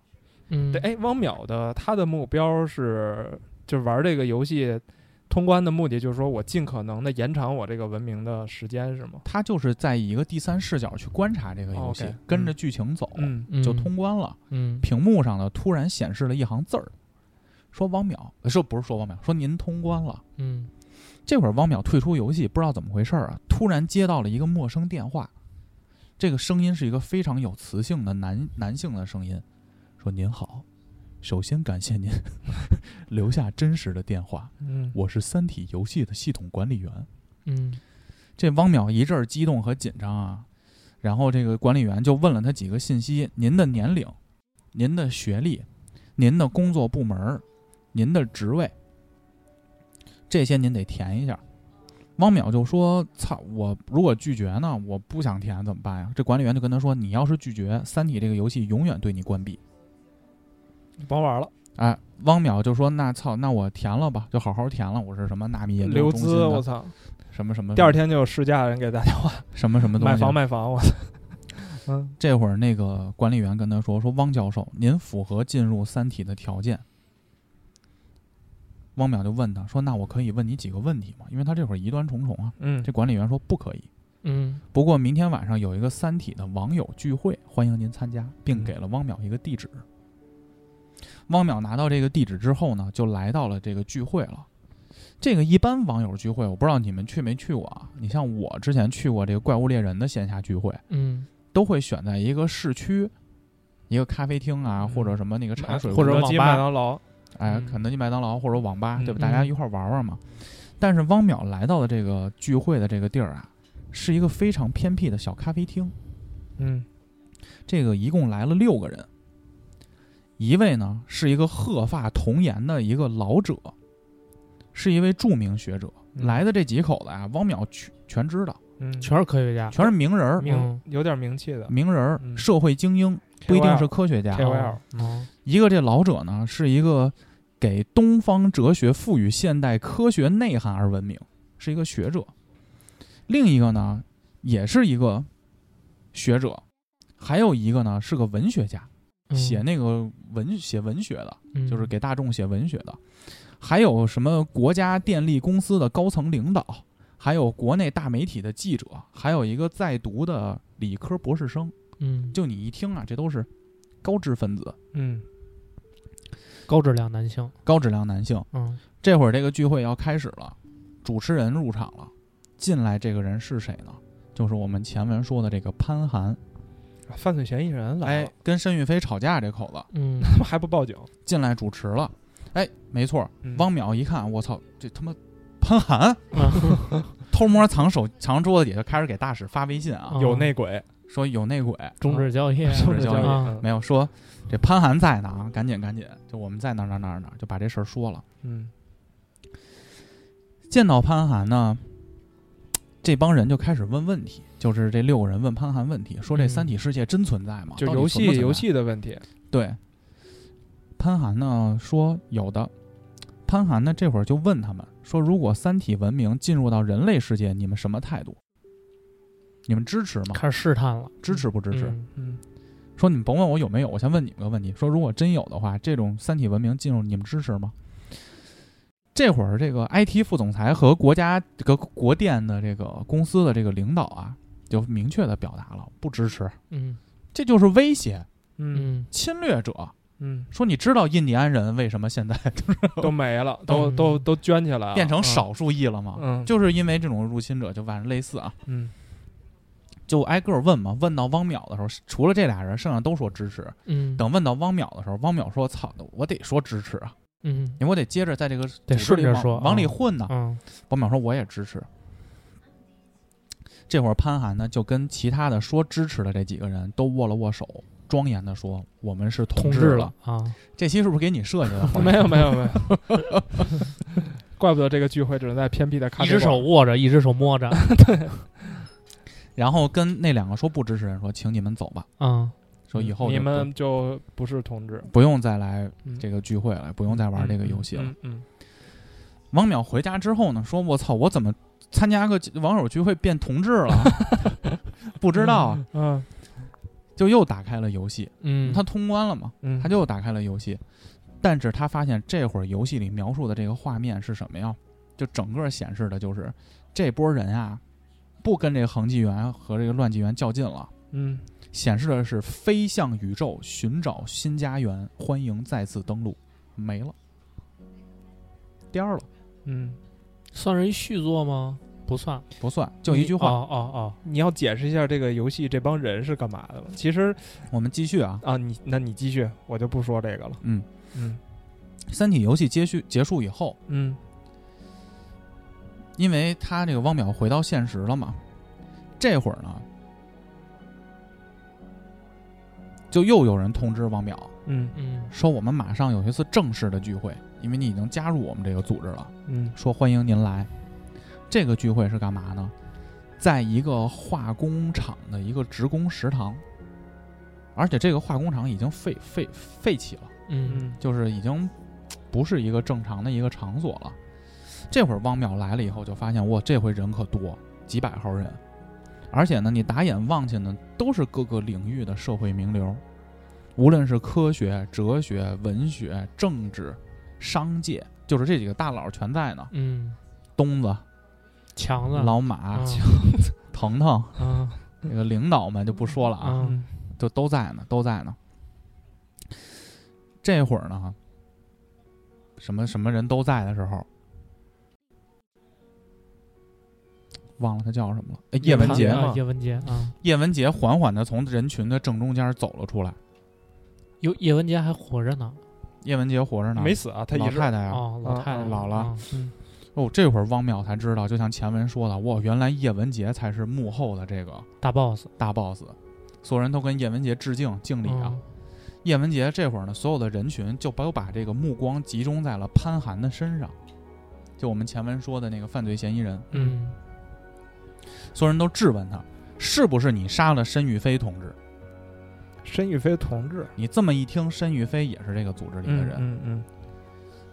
[SPEAKER 3] 嗯，
[SPEAKER 2] 对，哎，汪淼的他的目标是，就是玩这个游戏通关的目的，就是说我尽可能的延长我这个文明的时间，是吗？
[SPEAKER 1] 他就是在以一个第三视角去观察这个游戏
[SPEAKER 2] 哦 OK，
[SPEAKER 1] 跟着剧情走，
[SPEAKER 2] 嗯
[SPEAKER 3] 嗯
[SPEAKER 1] 就通关了。
[SPEAKER 3] 嗯
[SPEAKER 1] 屏幕上呢突然显示了一行字儿，说汪淼，呃说不是说汪淼，说您通关了。
[SPEAKER 3] 嗯
[SPEAKER 1] 这会儿汪淼退出游戏，不知道怎么回事儿啊，突然接到了一个陌生电话，这个声音是一个非常有磁性的男男性的声音，说您好，首先感谢您 留下真实的电话，
[SPEAKER 2] 嗯，
[SPEAKER 1] 我是《三体》游戏的系统管理员。
[SPEAKER 3] 嗯
[SPEAKER 1] 这汪淼一阵儿激动和紧张啊，然后这个管理员就问了他几个信息：您的年龄、您的学历、您的工作部门儿、您的职位，这些您得填一下。汪淼就说：“操，我如果拒绝呢？我不想填怎么办呀？”这管理员就跟他说：“你要是拒绝，《三体》这个游戏永远对你关闭。
[SPEAKER 2] 甭玩了，”
[SPEAKER 1] 哎，汪淼就说：“那操，那我填了吧，就好好填了。我是什么纳米研究
[SPEAKER 2] 刘
[SPEAKER 1] 中心
[SPEAKER 2] 资，我
[SPEAKER 1] 的嗯
[SPEAKER 2] 操！
[SPEAKER 1] 什么什么，
[SPEAKER 2] 第二天就有试驾的人给打电话，
[SPEAKER 1] 什么什么东西
[SPEAKER 2] 买房卖房， 我操！嗯
[SPEAKER 1] 这会儿那个管理员跟他说：“说汪教授，您符合进入《三体》的条件。”汪淼就问他说：“那我可以问你几个问题吗？”因为他这会儿疑端重重啊。
[SPEAKER 2] 嗯
[SPEAKER 1] 这管理员说：“不可以。
[SPEAKER 3] 嗯
[SPEAKER 1] 不过明天晚上有一个《三体》的网友聚会，欢迎您参加，并
[SPEAKER 2] 嗯
[SPEAKER 1] 给了汪淼一个地址。”汪淼拿到这个地址之后呢，就来到了这个聚会了。这个一般网友聚会，我不知道你们去没去过啊？你像我之前去过这个怪物猎人的线下聚会，啊
[SPEAKER 3] 嗯
[SPEAKER 1] 都会选在一个市区，一个咖啡厅啊，
[SPEAKER 2] 嗯
[SPEAKER 1] 或者什么那个茶水屋
[SPEAKER 2] 或者
[SPEAKER 3] 网
[SPEAKER 2] 鸡
[SPEAKER 3] 吧
[SPEAKER 2] 麦当劳，
[SPEAKER 1] 哎
[SPEAKER 3] 嗯，
[SPEAKER 1] 肯德基、麦当劳或者网吧，
[SPEAKER 2] 嗯
[SPEAKER 1] 对吧？
[SPEAKER 3] 嗯
[SPEAKER 1] 大家一块儿玩玩嘛。但是汪淼来到的这个聚会的这个地儿啊，是一个非常偏僻的小咖啡厅。
[SPEAKER 2] 嗯
[SPEAKER 1] 这个一共来了六个人，一位呢是一个鹤发童颜的一个老者，是一位著名学者。
[SPEAKER 2] 嗯
[SPEAKER 1] 来的这几口子啊，汪淼全全知道，
[SPEAKER 2] 嗯，
[SPEAKER 3] 全是科学家，
[SPEAKER 1] 全是名人儿、
[SPEAKER 2] 名有点名气的
[SPEAKER 1] 名人儿、
[SPEAKER 2] 嗯
[SPEAKER 1] 社会精英，不一定是啊科学家。
[SPEAKER 2] KOL
[SPEAKER 3] 嗯
[SPEAKER 1] 一个这老者呢，是一个给东方哲学赋予现代科学内涵而闻名，是一个学者；另一个呢，也是一个学者，还有一个呢是个文学家，
[SPEAKER 3] 嗯
[SPEAKER 1] 写那个文写文学的，就是给大众写文学的，还有什么国家电力公司的高层领导，还有国内大媒体的记者，还有一个在读的理科博士生。
[SPEAKER 3] 嗯
[SPEAKER 1] 就你一听啊，这都是高知分子。
[SPEAKER 2] 嗯
[SPEAKER 3] 高质量男性，
[SPEAKER 1] 高质量男性，
[SPEAKER 3] 嗯
[SPEAKER 1] 这会儿这个聚会要开始了，主持人入场了。进来这个人是谁呢？就是我们前文说的这个潘寒，
[SPEAKER 2] 犯罪嫌疑人来
[SPEAKER 1] 哎
[SPEAKER 2] 了，，
[SPEAKER 1] 跟申玉飞吵架这口子
[SPEAKER 3] 嗯
[SPEAKER 2] 他们还不报警？
[SPEAKER 1] 进来主持了。哎，没错，
[SPEAKER 2] 嗯
[SPEAKER 1] 汪淼一看，我操，这他妈潘寒
[SPEAKER 3] 啊
[SPEAKER 1] 偷摸藏手藏桌子底下，开始给大使发微信啊，
[SPEAKER 3] 嗯
[SPEAKER 2] 有内鬼，
[SPEAKER 1] 说有内鬼，
[SPEAKER 3] 终止 交易，
[SPEAKER 1] 终止交易
[SPEAKER 3] 啊
[SPEAKER 2] 易，
[SPEAKER 1] 没有说这潘寒在呢啊，赶紧赶紧，就我们在哪儿哪儿哪儿哪儿，就把这事儿说了。
[SPEAKER 2] 嗯
[SPEAKER 1] 见到潘寒呢，这帮人就开始问问题，就是这六个人问潘寒问题，说这
[SPEAKER 3] 嗯
[SPEAKER 1] 三体世界真存在吗？
[SPEAKER 2] 嗯就
[SPEAKER 1] 到底存不
[SPEAKER 2] 游戏
[SPEAKER 1] 存在
[SPEAKER 2] 游戏的问题，
[SPEAKER 1] 对。潘寒呢说有的，潘寒呢这会儿就问他们说，如果三体文明进入到人类世界，你们什么态度？你们支持吗？
[SPEAKER 3] 开始试探了，
[SPEAKER 1] 支持不支持？
[SPEAKER 3] 嗯
[SPEAKER 2] 嗯
[SPEAKER 1] 说你们甭问我有没有，我先问你们个问题：说如果真有的话，这种三体文明进入，你们支持吗？这会儿，这个 IT 副总裁和国家这个国电的这个公司的这个领导啊，就明确的表达了不支持，
[SPEAKER 3] 嗯
[SPEAKER 1] 这就是威胁、
[SPEAKER 2] 嗯
[SPEAKER 3] 嗯
[SPEAKER 1] 侵略者。
[SPEAKER 2] 嗯，
[SPEAKER 1] 说你知道印第安人为什么现在
[SPEAKER 2] 都没了，都
[SPEAKER 3] 嗯
[SPEAKER 2] 都都捐起来了，
[SPEAKER 1] 变成少数裔了吗？
[SPEAKER 2] 啊嗯，嗯
[SPEAKER 1] 就是因为这种入侵者，就反正类似啊，
[SPEAKER 2] 嗯
[SPEAKER 1] 就挨个问嘛。问到汪淼的时候，除了这俩人，剩下都说支持。
[SPEAKER 3] 嗯，
[SPEAKER 1] 等问到汪淼的时候，汪淼说：“操，我得说支持啊。”
[SPEAKER 3] 嗯
[SPEAKER 1] 因为我得接着在这个
[SPEAKER 3] 得
[SPEAKER 1] 组织里
[SPEAKER 3] 顺着
[SPEAKER 1] 往
[SPEAKER 3] 说
[SPEAKER 1] 往里
[SPEAKER 3] 嗯
[SPEAKER 1] 混呢。
[SPEAKER 3] 嗯
[SPEAKER 1] 王淼说我也支持。这会儿潘寒呢就跟其他的说支持的这几个人都握了握手，庄严的说：“我们是同
[SPEAKER 3] 志
[SPEAKER 1] 了。
[SPEAKER 3] 啊，”
[SPEAKER 1] 这期是不是给你设计的？
[SPEAKER 2] 没有没有没有， 怪不得这个聚会只能在偏僻的咖
[SPEAKER 3] 一
[SPEAKER 2] 啡
[SPEAKER 3] 只
[SPEAKER 2] 馆
[SPEAKER 3] 手握着，一只手摸着，
[SPEAKER 1] 然后跟那两个说不支持的人说：“请你们走吧。
[SPEAKER 3] 嗯”
[SPEAKER 1] 说以后就
[SPEAKER 2] 你
[SPEAKER 1] 不
[SPEAKER 2] 们就不是同志，
[SPEAKER 1] 不用再来
[SPEAKER 2] 嗯
[SPEAKER 1] 这个聚会了，不用再玩这个游戏了。
[SPEAKER 2] 嗯嗯
[SPEAKER 1] 王淼回家之后呢，说：“我操，我怎么 参加个网友聚会变同志了？不知道啊。”
[SPEAKER 2] 嗯嗯
[SPEAKER 1] 就又打开了游戏。
[SPEAKER 3] 嗯，
[SPEAKER 1] 他通关了嘛，
[SPEAKER 2] 嗯，
[SPEAKER 1] 他就打开了游戏，但是他发现这会儿游戏里描述的这个画面是什么呀？就整个显示的就是这波人啊，不跟这个恒纪元和这个乱纪元较劲了，
[SPEAKER 2] 嗯
[SPEAKER 1] 显示的是飞向宇宙，寻找新家园，欢迎再次登录，没了，颠儿了，
[SPEAKER 2] 嗯，
[SPEAKER 3] 算是一续作吗？不算，
[SPEAKER 1] 不算，就一句话。
[SPEAKER 3] 哦哦
[SPEAKER 2] 你要解释一下这个游戏这帮人是干嘛的吗？其实
[SPEAKER 1] 我们继续啊，
[SPEAKER 2] 啊，你那你继续，我就不说这个了。
[SPEAKER 1] 嗯，
[SPEAKER 2] 嗯
[SPEAKER 1] 《三体》游戏接续结束以后，
[SPEAKER 2] 嗯
[SPEAKER 1] 因为他这个汪淼回到现实了嘛，这会儿呢，就又有人通知汪淼
[SPEAKER 2] 嗯
[SPEAKER 3] 哦，嗯
[SPEAKER 1] 说，我们马上有一次正式的聚会，因为你已经加入我们这个组织了，
[SPEAKER 2] 嗯
[SPEAKER 1] 说欢迎您来。这个聚会是干嘛呢？在一个化工厂的一个职工食堂，而且这个化工厂已经废废废弃了。
[SPEAKER 3] 嗯
[SPEAKER 2] 嗯
[SPEAKER 1] 就是已经不是一个正常的一个场所了。这会儿汪淼来了以后，就发现哇，这回人可多，几百号人，而且呢，你打眼望去呢，都是各个领域的社会名流，无论是科学、哲学、文学、政治、商界，就是这几个大佬全在呢。
[SPEAKER 3] 嗯，
[SPEAKER 1] 东子、
[SPEAKER 3] 强子，
[SPEAKER 1] 老
[SPEAKER 3] 啊
[SPEAKER 1] 马、腾腾，
[SPEAKER 3] 啊
[SPEAKER 1] 这个领导们就不说了啊，
[SPEAKER 3] 啊
[SPEAKER 2] 嗯
[SPEAKER 1] 就都在呢，都在呢。这会儿呢，什么什么人都在的时候，忘了他叫什么了。哎叶文
[SPEAKER 2] 杰
[SPEAKER 1] 洁
[SPEAKER 2] 嘛
[SPEAKER 3] 啊叶文洁啊，
[SPEAKER 1] 叶文洁缓缓的从人群的正中间走了出来。
[SPEAKER 3] 有叶文洁还活着呢，
[SPEAKER 1] 叶文洁活着呢，
[SPEAKER 2] 没死啊，他
[SPEAKER 1] 老
[SPEAKER 2] 一直
[SPEAKER 1] 太太呀、
[SPEAKER 3] 哦，老
[SPEAKER 2] 啊
[SPEAKER 3] 太太
[SPEAKER 1] 老了
[SPEAKER 3] 啊
[SPEAKER 2] 嗯
[SPEAKER 1] 哦，这会儿汪淼才知道，就像前文说的，哇，原来叶文洁才是幕后的这个
[SPEAKER 3] 大 boss
[SPEAKER 1] 大 boss。所有人都跟叶文洁致敬敬礼啊！
[SPEAKER 3] 嗯
[SPEAKER 1] 叶文洁这会儿呢，所有的人群就都把这个目光集中在了潘寒的身上，就我们前文说的那个犯罪嫌疑人，
[SPEAKER 3] 嗯
[SPEAKER 1] 所有人都质问他，是不是你杀了申玉飞同志？
[SPEAKER 2] 申玉飞同志
[SPEAKER 1] 你这么一听，申玉飞也是这个组织里的人。
[SPEAKER 2] 嗯嗯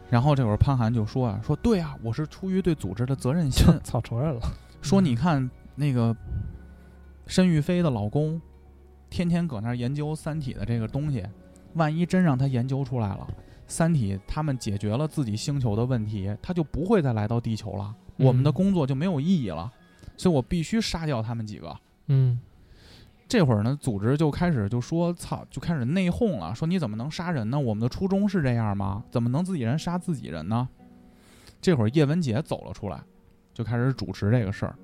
[SPEAKER 1] 然后这会儿潘寒就说啊，说对啊，我是出于对组织的责任心
[SPEAKER 2] 嗯，，操，承认了，
[SPEAKER 1] 说你看那个申玉飞的老公，天天搁那儿研究《三体》的这个东西，万一真让他研究出来了，《三体》他们解决了自己星球的问题，他就不会再来到地球了，
[SPEAKER 3] 嗯
[SPEAKER 1] 我们的工作就没有意义了，所以我必须杀掉他们几个。
[SPEAKER 3] 嗯
[SPEAKER 1] 这会儿呢，组织就开始就说：“操！”就开始内讧了，说你怎么能杀人呢？我们的初衷是这样吗？怎么能自己人杀自己人呢？这会儿叶文洁走了出来，就开始主持这个事儿。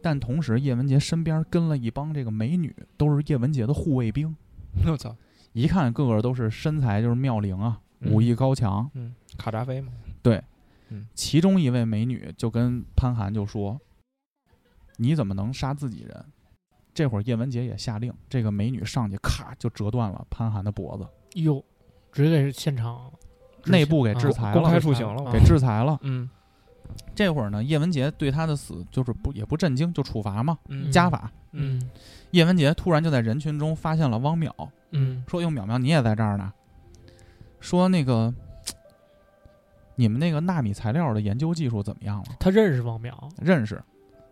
[SPEAKER 1] 但同时，叶文洁身边跟了一帮这个美女，都是叶文洁的护卫兵，
[SPEAKER 2] 我操，
[SPEAKER 1] 一看个个都是身材就是妙龄啊，
[SPEAKER 2] 嗯
[SPEAKER 1] 武艺高强。
[SPEAKER 2] 嗯，卡扎菲嘛，
[SPEAKER 1] 其中一位美女就跟潘寒就说：“你怎么能杀自己人？”这会儿叶文洁也下令，这个美女上去咔就折断了潘寒的脖子，
[SPEAKER 3] 嗯哟，直接给现场执
[SPEAKER 1] 内部
[SPEAKER 3] 行
[SPEAKER 1] 给制裁
[SPEAKER 2] 啊公
[SPEAKER 1] 了，
[SPEAKER 2] 开处刑了嘛
[SPEAKER 1] 给制裁了。
[SPEAKER 2] 嗯
[SPEAKER 1] 这会儿呢，叶文洁对他的死就是不也不震惊，就处罚嘛，
[SPEAKER 2] 嗯
[SPEAKER 1] 加法。
[SPEAKER 3] 嗯
[SPEAKER 1] 叶文洁突然就在人群中发现了汪淼，
[SPEAKER 3] 嗯
[SPEAKER 1] 说：“哟，淼淼，你也在这儿呢。”说那个嘖你们那个纳米材料的研究技术怎么样了？
[SPEAKER 3] 他认识汪淼，
[SPEAKER 1] 认识，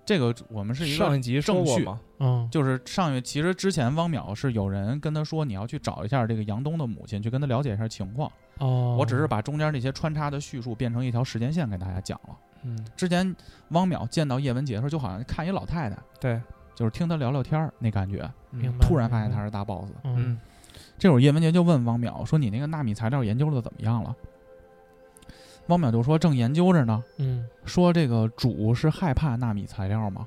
[SPEAKER 1] 这个我们是一
[SPEAKER 2] 上
[SPEAKER 1] 个
[SPEAKER 2] 一集说过嘛，
[SPEAKER 3] 嗯
[SPEAKER 1] 就是上月，其实之前汪淼是有人跟他说你要去找一下这个杨东的母亲，去跟他了解一下情况。
[SPEAKER 3] 哦，
[SPEAKER 1] 我只是把中间这些穿插的叙述变成一条时间线给大家讲了。
[SPEAKER 2] 嗯，
[SPEAKER 1] 之前汪淼见到叶文洁的时候，就好像看一老太太，
[SPEAKER 2] 对，
[SPEAKER 1] 就是听她聊聊天儿那感觉，
[SPEAKER 3] 明白，
[SPEAKER 1] 突然发现
[SPEAKER 3] 明白
[SPEAKER 1] 她是大 boss。
[SPEAKER 3] 嗯
[SPEAKER 2] 嗯
[SPEAKER 1] 这会儿叶文洁就问汪淼说：“你那个纳米材料研究的怎么样了？”汪淼就说：“正研究着呢。”
[SPEAKER 3] 嗯
[SPEAKER 1] 说这个主是害怕纳米材料吗？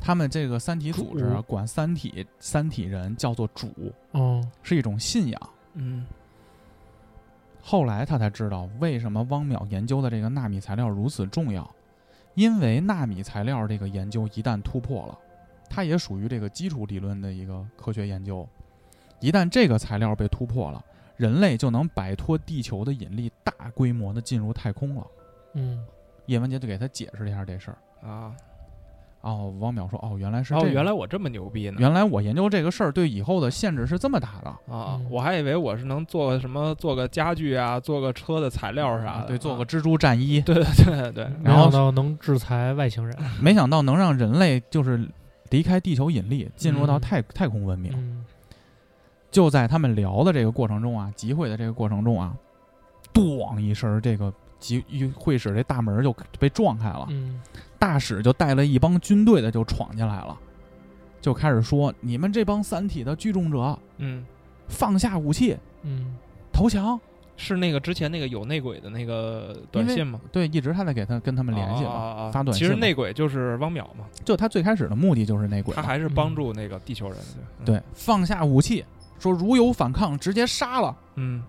[SPEAKER 1] 他们这个三体组织啊
[SPEAKER 3] 主
[SPEAKER 1] 管三体三体人叫做主，
[SPEAKER 3] 哦
[SPEAKER 1] 是一种信仰。
[SPEAKER 2] 嗯
[SPEAKER 1] 后来他才知道为什么汪淼研究的这个纳米材料如此重要，因为纳米材料这个研究一旦突破了，它也属于这个基础理论的一个科学研究。一旦这个材料被突破了，人类就能摆脱地球的引力，大规模的进入太空了。
[SPEAKER 3] 嗯
[SPEAKER 1] 叶文洁就给他解释了一下这事儿。
[SPEAKER 2] 啊，
[SPEAKER 1] 哦，汪淼说：“哦，原来是这
[SPEAKER 2] 哦，
[SPEAKER 1] 个、
[SPEAKER 2] 原来我这么牛逼呢，
[SPEAKER 1] 原来我研究这个事儿对以后的限制是这么大的。
[SPEAKER 2] 啊
[SPEAKER 3] 嗯，
[SPEAKER 2] 我还以为我是能做个什么，做个家具啊，做个车的材料啥的，
[SPEAKER 1] 对，做个
[SPEAKER 2] 啊
[SPEAKER 1] 蜘蛛战衣，
[SPEAKER 2] 对对对对，
[SPEAKER 3] 没
[SPEAKER 1] 然后
[SPEAKER 3] 想到能制裁外星人，
[SPEAKER 1] 没想到能让人类就是离开地球引力，进入到
[SPEAKER 3] 嗯
[SPEAKER 1] 太太空文明。
[SPEAKER 3] 嗯
[SPEAKER 1] 就在他们聊的这个过程中啊，集会的这个过程中啊，咣一声儿，这个集一会使这大门儿就被撞开了，
[SPEAKER 3] 嗯
[SPEAKER 1] 大使就带了一帮军队的就闯进来了，就开始说：“你们这帮三体的聚众者，
[SPEAKER 2] 嗯，
[SPEAKER 1] 放下武器，
[SPEAKER 3] 嗯
[SPEAKER 1] 投降
[SPEAKER 2] 是那个之前那个有内鬼的那个短信吗？！”
[SPEAKER 1] 对，一直他在给他跟他们联系嘛，
[SPEAKER 2] 啊啊啊啊
[SPEAKER 1] 发短信
[SPEAKER 2] 其实
[SPEAKER 1] 嘛
[SPEAKER 2] 内鬼就是汪淼嘛，
[SPEAKER 1] 就他最开始的目的就是内鬼
[SPEAKER 2] 他
[SPEAKER 1] 嘛，
[SPEAKER 2] 还是
[SPEAKER 3] 嗯
[SPEAKER 2] 帮助那个地球人的。对，
[SPEAKER 1] 对，放下武器，说如有反抗，直接杀了。
[SPEAKER 2] 嗯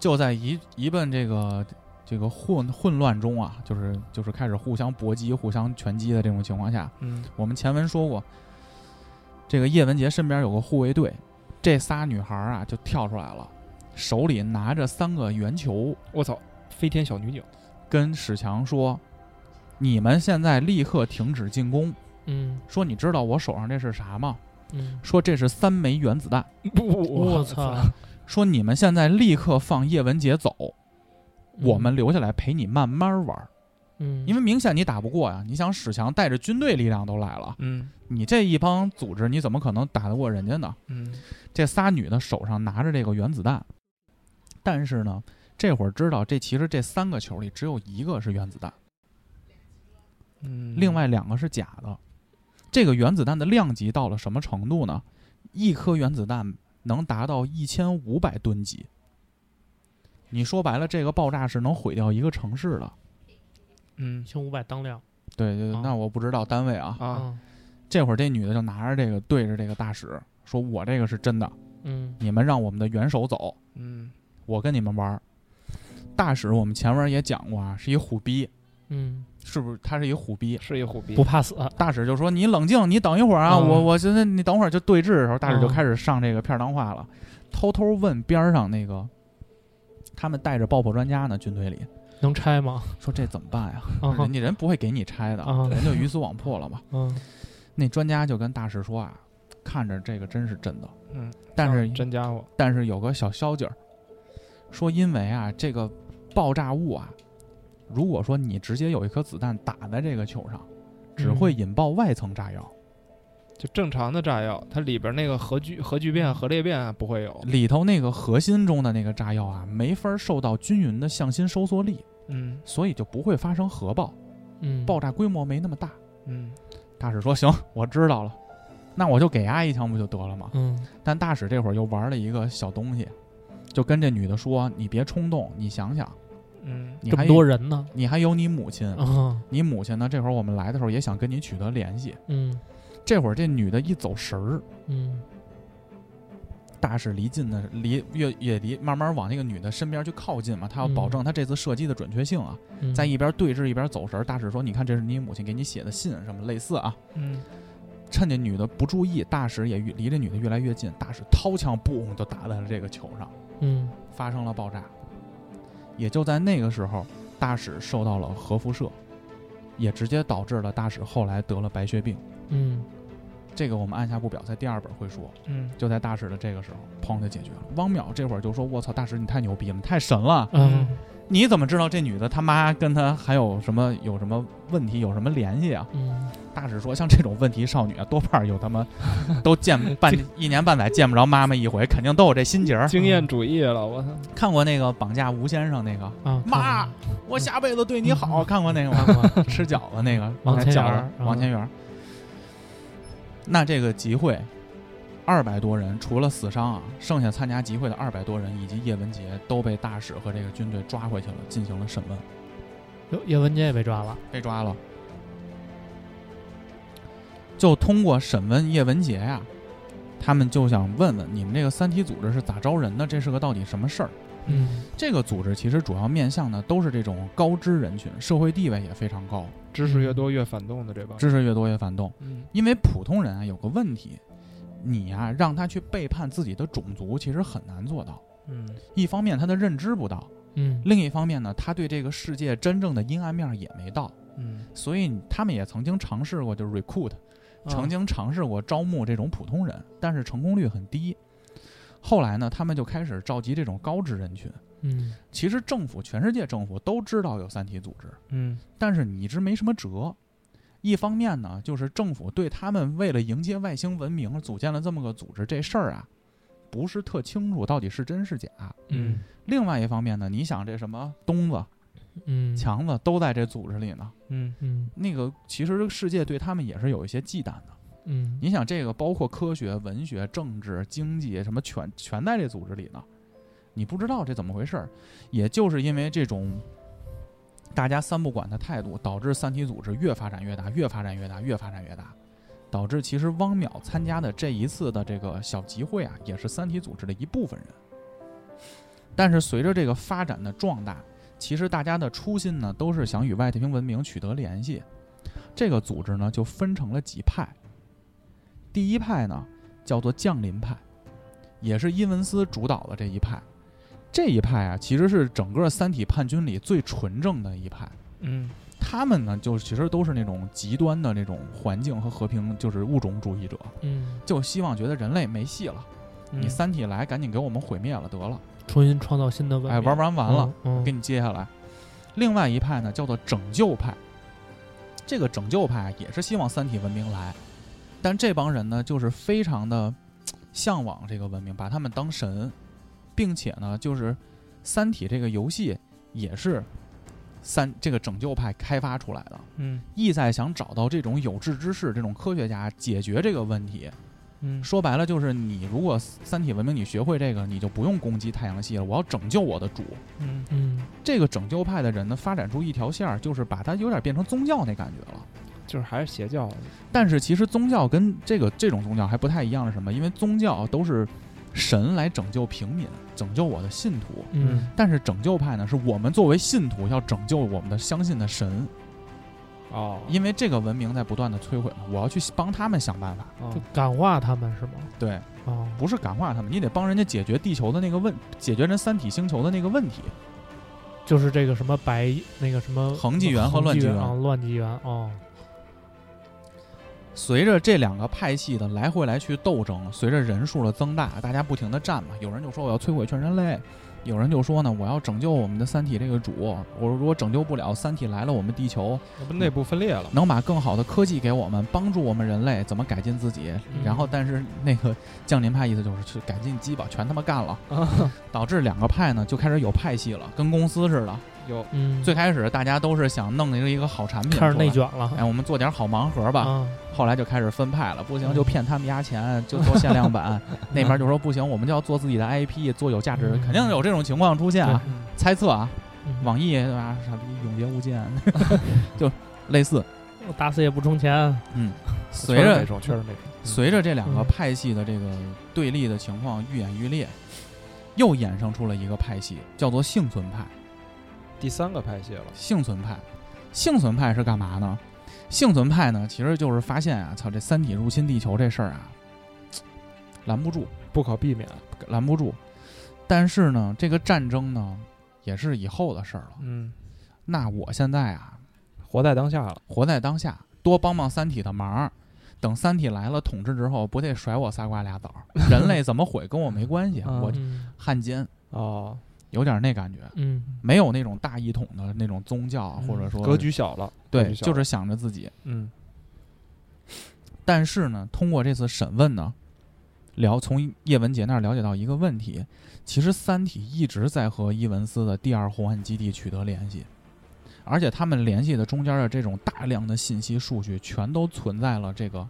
[SPEAKER 1] 就在一一奔这个这个混混乱中啊，就是就是开始互相搏击、互相拳击的这种情况下，
[SPEAKER 2] 嗯
[SPEAKER 1] 我们前文说过，这个叶文洁身边有个护卫队，这仨女孩啊就跳出来了，手里拿着三个圆球，
[SPEAKER 2] 我操，飞天小女 警，
[SPEAKER 1] 跟史强说：“你们现在立刻停止进攻。”
[SPEAKER 3] 嗯
[SPEAKER 1] 说你知道我手上这是啥吗？
[SPEAKER 3] 嗯，
[SPEAKER 1] 说这是三枚原子弹。
[SPEAKER 3] 我操，嗯
[SPEAKER 1] 说你们现在立刻放叶文洁走，我们留下来陪你慢慢玩。
[SPEAKER 3] 嗯，
[SPEAKER 1] 因为明显你打不过呀。你想史强带着军队力量都来了，
[SPEAKER 2] 嗯
[SPEAKER 1] 你这一帮组织你怎么可能打得过人家呢？
[SPEAKER 2] 嗯
[SPEAKER 1] 这仨女的手上拿着这个原子弹，但是呢，这会儿知道这其实这三个球里只有一个是原子弹，
[SPEAKER 2] 嗯，
[SPEAKER 1] 另外两个是假的。这个原子弹的量级到了什么程度呢？一颗原子弹能达到一千五百吨级。你说白了，这个爆炸是能毁掉一个城市的。
[SPEAKER 2] 嗯
[SPEAKER 3] 一千五百当量
[SPEAKER 1] 对对，对
[SPEAKER 3] 哦
[SPEAKER 1] 那我不知道单位啊。
[SPEAKER 2] 啊，，
[SPEAKER 1] 这会儿这女的就拿着这个对着这个大使说：“我这个是真的，
[SPEAKER 3] 嗯
[SPEAKER 1] 你们让我们的元首走，
[SPEAKER 2] 嗯
[SPEAKER 1] 我跟你们玩。”儿。大使我们前文也讲过啊，是一虎逼，
[SPEAKER 3] 嗯，
[SPEAKER 1] 是不是？他是一虎逼。
[SPEAKER 2] 嗯是一虎逼
[SPEAKER 3] 不，怕死，
[SPEAKER 1] 大使就说：“你冷静，你等一会儿啊，
[SPEAKER 3] 嗯
[SPEAKER 1] 我我现在你等会儿就对峙的时候，大使就
[SPEAKER 3] 嗯
[SPEAKER 1] 开始上这个片儿当话了，偷偷问边儿上那个他们带着爆破专家呢，军队里
[SPEAKER 3] 能拆吗？
[SPEAKER 1] 说这怎么办呀？
[SPEAKER 3] 啊
[SPEAKER 1] 人家人不会给你拆的，
[SPEAKER 3] 啊
[SPEAKER 1] 人就鱼死网破了嘛。
[SPEAKER 3] 嗯
[SPEAKER 1] 那专家就跟大使说啊，看着这个真是真的，
[SPEAKER 2] 嗯，
[SPEAKER 1] 但是
[SPEAKER 2] 啊真家伙，
[SPEAKER 1] 但是有个小消息儿，说因为啊这个爆炸物啊，如果说你直接有一颗子弹打在这个球上，只
[SPEAKER 3] 嗯
[SPEAKER 1] 会引爆外层炸药，
[SPEAKER 2] 就正常的炸药，它里边那个核聚核聚变、核裂变啊不会有。
[SPEAKER 1] 里头那个核心中的那个炸药啊，没法受到均匀的向心收缩力，
[SPEAKER 2] 嗯
[SPEAKER 1] 所以就不会发生核爆，
[SPEAKER 3] 嗯，
[SPEAKER 1] 爆炸规模没那么大。
[SPEAKER 2] 嗯
[SPEAKER 1] 大使说行， 我知道了，那我就给阿一枪不就得了吗？
[SPEAKER 3] 嗯
[SPEAKER 1] 但大使这会儿又玩了一个小东西，就跟这女的说：“你别冲动，你想想，
[SPEAKER 2] 嗯
[SPEAKER 1] 你
[SPEAKER 3] 这
[SPEAKER 1] 还
[SPEAKER 3] 么多人呢，
[SPEAKER 1] 你还有嗯你母亲，
[SPEAKER 3] 啊
[SPEAKER 1] 你母亲呢？这会儿我们来的时候也想跟你取得联系。
[SPEAKER 3] 嗯
[SPEAKER 1] 这会儿这女的一走神儿，
[SPEAKER 3] 嗯
[SPEAKER 1] 大使离近的离越也离慢慢往那个女的身边去靠近嘛，她要保证她这次射击的准确性啊。
[SPEAKER 3] 嗯，
[SPEAKER 1] 在一边对峙一边走神儿，大使说：“你看，这是你母亲给你写的信，什么类似啊。
[SPEAKER 2] 嗯，”
[SPEAKER 1] 趁这女的不注意，大使也越离这女的越来越近，大使掏枪，嘣就打在了这个球上，
[SPEAKER 3] 嗯
[SPEAKER 1] 发生了爆炸。也就在那个时候，大使受到了核辐射，也直接导致了大使后来得了白血病。
[SPEAKER 3] 嗯
[SPEAKER 1] 这个我们按下不表，在第二本会说。
[SPEAKER 2] 嗯
[SPEAKER 1] 就在大使的这个时候，砰就解决了。汪淼这会儿就说：“我操，大使你太牛逼了，你太神了！
[SPEAKER 3] 嗯
[SPEAKER 1] 你怎么知道这女的他妈跟他还有什么有什么问题，有什么联系啊
[SPEAKER 3] 嗯，？”
[SPEAKER 1] 大使说：“像这种问题少女啊，多半儿有他妈都 见半一年半载见不着妈妈一回，肯定都有这心结儿。
[SPEAKER 2] 经验主义了，我操！
[SPEAKER 1] 看过那个绑架吴先生那个，
[SPEAKER 3] 啊
[SPEAKER 1] 妈，我下辈子对你好，
[SPEAKER 3] 嗯
[SPEAKER 1] 看过那个吗？
[SPEAKER 3] 看 过
[SPEAKER 1] 吃饺子那个
[SPEAKER 3] 王
[SPEAKER 1] 买
[SPEAKER 3] 千
[SPEAKER 1] 饺
[SPEAKER 3] 源
[SPEAKER 1] 子
[SPEAKER 3] 儿嗯
[SPEAKER 1] 王千源儿。那这个集会，二百多人，除了死伤啊，剩下参加集会的二百多人以及叶文洁都被大使和这个军队抓回去了，进行了审问，
[SPEAKER 3] 叶叶文洁也被抓了，
[SPEAKER 1] 被抓了。就通过审问叶文洁呀、他们就想问问你们这个三体组织是咋招人的，这是个到底什么事儿？
[SPEAKER 3] 嗯
[SPEAKER 1] 这个组织其实主要面向的都是这种高知人群，社会地位也非常高，
[SPEAKER 2] 知识越多越反动的这帮人。
[SPEAKER 1] 知识越多越反动。
[SPEAKER 2] 嗯
[SPEAKER 1] 因为普通人啊有个问题，你啊让他去背叛自己的种族，其实很难做到。
[SPEAKER 2] 嗯
[SPEAKER 1] 一方面他的认知不到，
[SPEAKER 3] 嗯
[SPEAKER 1] 另一方面呢，他对这个世界真正的阴暗面也没到。
[SPEAKER 2] 嗯，
[SPEAKER 1] 所以他们也曾经尝试过，就是 recruit，曾
[SPEAKER 2] 嗯
[SPEAKER 1] 经尝试过招募这种普通人，但是成功率很低。后来呢，他们就开始召集这种高知人群。
[SPEAKER 3] 嗯
[SPEAKER 1] 其实政府，全世界政府都知道有三体组织，
[SPEAKER 2] 嗯
[SPEAKER 1] 但是你一直没什么辙。一方面呢，就是政府对他们为了迎接外星文明组建了这么个组织这事儿啊，不是特清楚到底是真是假。
[SPEAKER 2] 嗯
[SPEAKER 1] 另外一方面呢，你想这什么东子、
[SPEAKER 3] 嗯，
[SPEAKER 1] 强子都在这组织里呢，
[SPEAKER 2] 嗯
[SPEAKER 3] 嗯
[SPEAKER 1] 那个其实这个世界对他们也是有一些忌惮的。
[SPEAKER 3] 嗯，
[SPEAKER 1] 你想，这个包括科学、文学、政治、经济什么全全在这组织里呢，你不知道这怎么回事儿，也就是因为这种大家三不管的态度，导致三体组织越发展越大，越发展越大，越发展越大，导致其实汪淼参加的这一次的这个小集会啊，也是三体组织的一部分人。但是随着这个发展的壮大，其实大家的初心呢，都是想与外太平文明取得联系。这个组织呢，就分成了几派。第一派呢叫做降临派，也是伊文斯主导的这一派。这一派啊，其实是整个三体叛军里最纯正的一派。
[SPEAKER 2] 嗯
[SPEAKER 1] 他们呢，就其实都是那种极端的那种环境和和平，就是物种主义者，
[SPEAKER 3] 嗯，
[SPEAKER 1] 就希望觉得人类没戏了，
[SPEAKER 2] 嗯
[SPEAKER 1] 你三体来，赶紧给我们毁灭了得了，
[SPEAKER 3] 重新创造新的文明，
[SPEAKER 1] 哎，玩完完了，
[SPEAKER 3] 嗯，
[SPEAKER 1] 给
[SPEAKER 3] 嗯，
[SPEAKER 1] 你接下来。另外一派呢，叫做拯救派。这个拯救派也是希望三体文明来，但这帮人呢，就是非常的向往这个文明，把他们当神，并且呢，就是三体这个游戏也是三这个拯救派开发出来的，
[SPEAKER 2] 嗯
[SPEAKER 1] 意在想找到这种有志之士、这种科学家解决这个问题。
[SPEAKER 2] 嗯
[SPEAKER 1] 说白了，就是你如果三体文明你学会这个，你就不用攻击太阳系了，我要拯救我的主。
[SPEAKER 2] 嗯
[SPEAKER 3] 嗯，
[SPEAKER 1] 这个拯救派的人呢，发展出一条线儿，就是把它有点变成宗教那感觉了。
[SPEAKER 2] 就是还是邪教的，
[SPEAKER 1] 但是其实宗教跟这个这种宗教还不太一样是什么？因为宗教都是神来拯救平民，拯救我的信徒。
[SPEAKER 3] 嗯，
[SPEAKER 1] 但是拯救派呢，是我们作为信徒要拯救我们的相信的神，
[SPEAKER 2] 哦，
[SPEAKER 1] 因为这个文明在不断的摧毁嘛，我要去帮他们想办法。
[SPEAKER 2] 哦
[SPEAKER 3] 就感化他们是吗？
[SPEAKER 1] 对，
[SPEAKER 3] 啊，
[SPEAKER 1] 不是感化他们，你得帮人家解决地球的那个问，解决人三体星球的那个问题。
[SPEAKER 3] 就是这个什么白那个什么
[SPEAKER 1] 恒纪元和
[SPEAKER 3] 恒
[SPEAKER 1] 乱纪
[SPEAKER 3] 纪
[SPEAKER 1] 元
[SPEAKER 3] 啊，乱纪元哦，
[SPEAKER 1] 随着这两个派系的来回来去斗争，随着人数的增大，大家不停的战嘛。有人就说我要摧毁全人类，有人就说呢我要拯救我们的三体这个主。我如果拯救不了三体来了，我们地球
[SPEAKER 2] 那不内部分裂了吗？
[SPEAKER 1] 能把更好的科技给我们，帮助我们人类怎么改进自己。
[SPEAKER 3] 嗯
[SPEAKER 1] 然后，但是那个降临派意思就是去改进鸡巴，全他妈干 了，
[SPEAKER 2] 啊，
[SPEAKER 1] 导致两个派呢就开始有派系了，跟公司似的。
[SPEAKER 2] 有
[SPEAKER 3] 嗯，
[SPEAKER 1] 最开始大家都是想弄一个一个好产品出
[SPEAKER 3] 开
[SPEAKER 1] 来，
[SPEAKER 3] 始内卷了
[SPEAKER 1] 哎，我们做点好盲盒吧。
[SPEAKER 3] 啊，
[SPEAKER 1] 后来就开始分派了，不行
[SPEAKER 3] 嗯
[SPEAKER 1] 就骗他们压钱，就做限量 版。那边就说不行，我们就要做自己的 IP，做有价值，
[SPEAKER 3] 嗯
[SPEAKER 1] 肯定有这种情况出现啊。
[SPEAKER 2] 嗯
[SPEAKER 1] 猜测啊，
[SPEAKER 3] 嗯
[SPEAKER 1] 网易啊，傻逼永劫无 间，就类似。
[SPEAKER 3] 我打死也不充钱，
[SPEAKER 1] 嗯，随
[SPEAKER 2] 确实那
[SPEAKER 1] 着
[SPEAKER 2] 种，确实那种，
[SPEAKER 1] 随着这两个
[SPEAKER 3] 嗯
[SPEAKER 1] 派系的这个对立的情况愈演愈烈，又衍生出了一个派系，叫做幸存派。
[SPEAKER 2] 第三个派系了，
[SPEAKER 1] 幸存派，幸存派是干嘛呢？幸存派呢，其实就是发现啊，操，这三体入侵地球这事儿啊，拦不住。
[SPEAKER 2] 不可避免。
[SPEAKER 1] 拦不住。但是呢，这个战争呢，也是以后的事儿了。
[SPEAKER 2] 嗯，
[SPEAKER 1] 那我现在啊，
[SPEAKER 2] 活在当下了。
[SPEAKER 1] 活在当下，多帮帮三体的忙儿。等三体来了统治之后，不得甩我仨瓜俩枣儿？人类怎么毁跟我没关系，啊
[SPEAKER 2] 嗯
[SPEAKER 1] 我
[SPEAKER 3] 嗯
[SPEAKER 1] 汉奸
[SPEAKER 2] 哦，
[SPEAKER 1] 有点那感觉，
[SPEAKER 3] 嗯
[SPEAKER 1] 没有那种大一统的那种宗教
[SPEAKER 3] 嗯
[SPEAKER 1] 或者说
[SPEAKER 2] 格局小了。格
[SPEAKER 1] 对，
[SPEAKER 2] 局小
[SPEAKER 1] 就
[SPEAKER 2] 了
[SPEAKER 1] 是想着自己。
[SPEAKER 2] 嗯
[SPEAKER 1] 但是呢，通过这次审问呢，了从叶文洁那儿了解到一个问题，其实《三体》一直在和伊文斯的第二红岸基地取得联系，而且他们联系的中间的这种大量的信息数据，全都存在了这个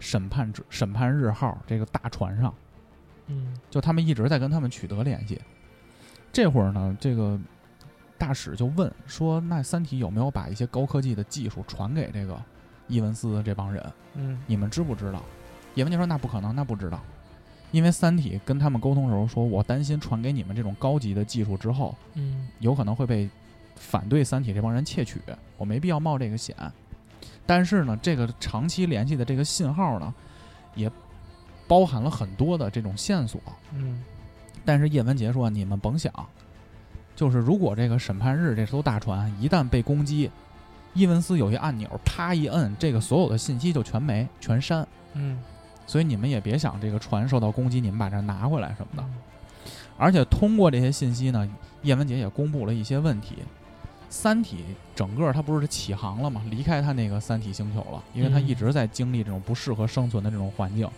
[SPEAKER 1] 审判之审判日号这个大船上，
[SPEAKER 3] 嗯
[SPEAKER 1] 就他们一直在跟他们取得联系。这会儿呢，这个大使就问说：“那《三体》有没有把一些高科技的技术传给这个伊文斯这帮人？”
[SPEAKER 2] 嗯
[SPEAKER 1] 你们知不知道？叶文洁说那不可能，那不知道，因为《三体》跟他们沟通的时候说，我担心传给你们这种高级的技术之后，
[SPEAKER 3] 嗯
[SPEAKER 1] 有可能会被反对《三体》这帮人窃取，我没必要冒这个险。但是呢，这个长期联系的这个信号呢，也包含了很多的这种线索。
[SPEAKER 2] 嗯
[SPEAKER 1] 但是叶文洁说：“你们甭想，就是如果这个审判日这艘大船一旦被攻击，伊文斯有一按钮，啪一摁，这个所有的信息就全没全删。”
[SPEAKER 2] 嗯
[SPEAKER 1] 所以你们也别想这个船受到攻击，你们把这拿回来什么的。而且通过这些信息呢，叶文洁也公布了一些问题：《三体整个它不是起航了嘛，离开它那个三体星球了，因为它
[SPEAKER 3] 嗯
[SPEAKER 1] 一直在经历这种不适合生存的这种环境，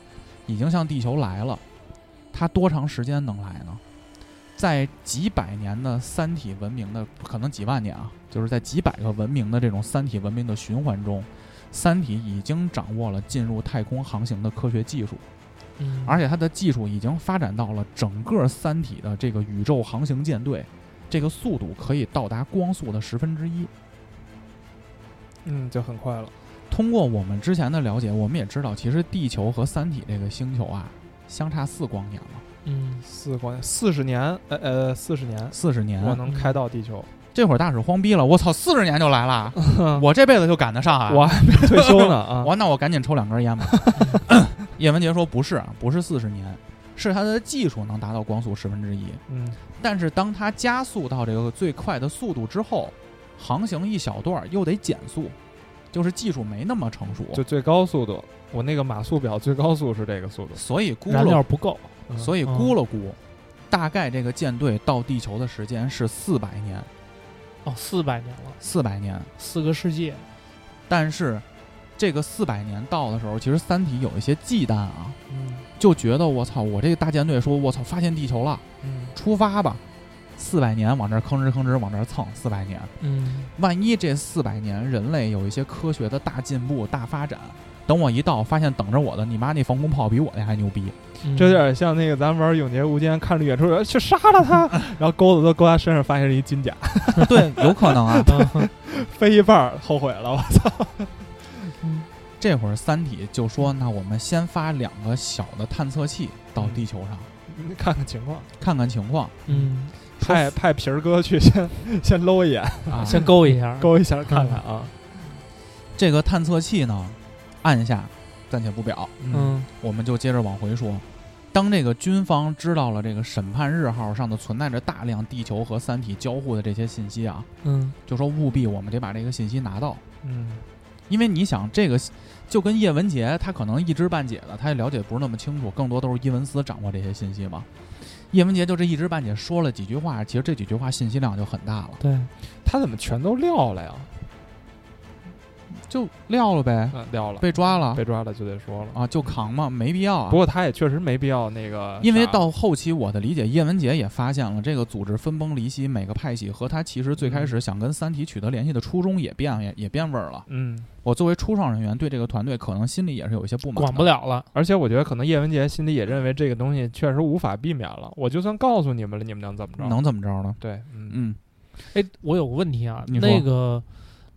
[SPEAKER 1] 已经向地球来了。它多长时间能来呢？在几百年的三体文明的，可能几万年啊，就是在几百个文明的这种三体文明的循环中，三体已经掌握了进入太空航行的科学技术。
[SPEAKER 3] 嗯，
[SPEAKER 1] 而且它的技术已经发展到了整个三体的这个宇宙航行舰队，这个速度可以到达光速的十分之一。
[SPEAKER 2] 嗯，就很快了。
[SPEAKER 1] 通过我们之前的了解，我们也知道，其实地球和三体这个星球啊，相差四光年嘛，
[SPEAKER 3] 嗯
[SPEAKER 2] 四光四十年，呃呃，四十年，
[SPEAKER 1] 四十年。
[SPEAKER 2] 我能开到地球，
[SPEAKER 1] 这会儿大使慌逼了，我操，四十年就来 了，我这辈子就赶得上啊！
[SPEAKER 2] 我还没 退休呢啊！
[SPEAKER 1] 我那我赶紧抽两根 烟吧。叶文洁说不是啊，不是四十年，是它的技术能达到光速十分之一。
[SPEAKER 2] 嗯
[SPEAKER 1] 但是当它加速到这个最快的速度之后，航行一小段儿又得减速，就是技术没那么成熟，
[SPEAKER 2] 就最高速度，我那个马速表最高速是这个速度，
[SPEAKER 1] 所以估
[SPEAKER 3] 燃料
[SPEAKER 1] 了，
[SPEAKER 3] 不够，
[SPEAKER 1] 所以
[SPEAKER 3] 嗯
[SPEAKER 1] 估了估，大概这个舰队到地球的时间是四百年，
[SPEAKER 3] 哦，四百年了，
[SPEAKER 1] 四百年。
[SPEAKER 3] 四个世界，
[SPEAKER 1] 但是这个四百年到的时候，其实《三体》有一些忌惮啊，
[SPEAKER 3] 嗯
[SPEAKER 1] 就觉得我操，我这个大舰队说我操发现地球了，
[SPEAKER 3] 嗯
[SPEAKER 1] 出发吧，四百年往这儿吭哧吭哧往这儿蹭四百年。
[SPEAKER 3] 嗯
[SPEAKER 1] 万一这四百年人类有一些科学的大进步、大发展，等我一到，发现等着我的你妈那防空炮比我那还牛逼，
[SPEAKER 3] 嗯，
[SPEAKER 2] 这有点像那个咱玩《永劫无间》，看着远处有人去杀了 他，然后钩子都勾他身上，发现是一金甲，
[SPEAKER 1] 对，有可能啊。
[SPEAKER 3] 嗯
[SPEAKER 2] 飞一半儿后悔了，我操！
[SPEAKER 3] 嗯
[SPEAKER 1] 这会儿《三体》就说，那我们先发两个小的探测器到地球上，
[SPEAKER 2] 你看看情况，
[SPEAKER 1] 看看情况。
[SPEAKER 3] 嗯，
[SPEAKER 1] 说
[SPEAKER 2] 派派皮儿哥去先先搂一眼，
[SPEAKER 1] 啊，
[SPEAKER 3] 先勾一下，
[SPEAKER 2] 勾一下看看啊，
[SPEAKER 1] 这个探测器呢，按下暂且不表，
[SPEAKER 3] 嗯
[SPEAKER 1] 我们就接着往回说。当这个军方知道了这个审判日号上的存在着大量地球和三体交互的这些信息啊，
[SPEAKER 3] 嗯
[SPEAKER 1] 就说务必我们得把这个信息拿到。
[SPEAKER 2] 嗯
[SPEAKER 1] 因为你想，这个就跟叶文洁，他可能一知半解的，他也了解不是那么清楚，更多都是伊文斯掌握这些信息嘛。叶文洁就这一知半解说了几句话，其实这几句话信息量就很大了，
[SPEAKER 3] 对，
[SPEAKER 2] 他怎么全都撂了呀？
[SPEAKER 1] 就撂了呗，
[SPEAKER 2] 嗯，撂了，
[SPEAKER 1] 被抓了
[SPEAKER 2] 被抓了就得说了。
[SPEAKER 1] 啊，就扛嘛，没必要啊
[SPEAKER 2] 不。过他也确实没必要那个啥，
[SPEAKER 1] 因为到后期，我的理解，叶文洁也发现了这个组织分崩离析，每个派系和他其实最开始想跟《三体》取得联系的初衷也变也也变味儿了。
[SPEAKER 2] 嗯，
[SPEAKER 1] 我作为初创人员，对这个团队可能心里也是有一些不满的，
[SPEAKER 3] 管不了了，
[SPEAKER 2] 而且我觉得可能叶文洁心里也认为这个东西确实无法避免了。我就算告诉你们了，你们能怎么着？
[SPEAKER 1] 能怎么着呢？
[SPEAKER 2] 对，嗯
[SPEAKER 1] 嗯，
[SPEAKER 3] 哎，我有个问题啊，
[SPEAKER 1] 你说
[SPEAKER 3] 那个，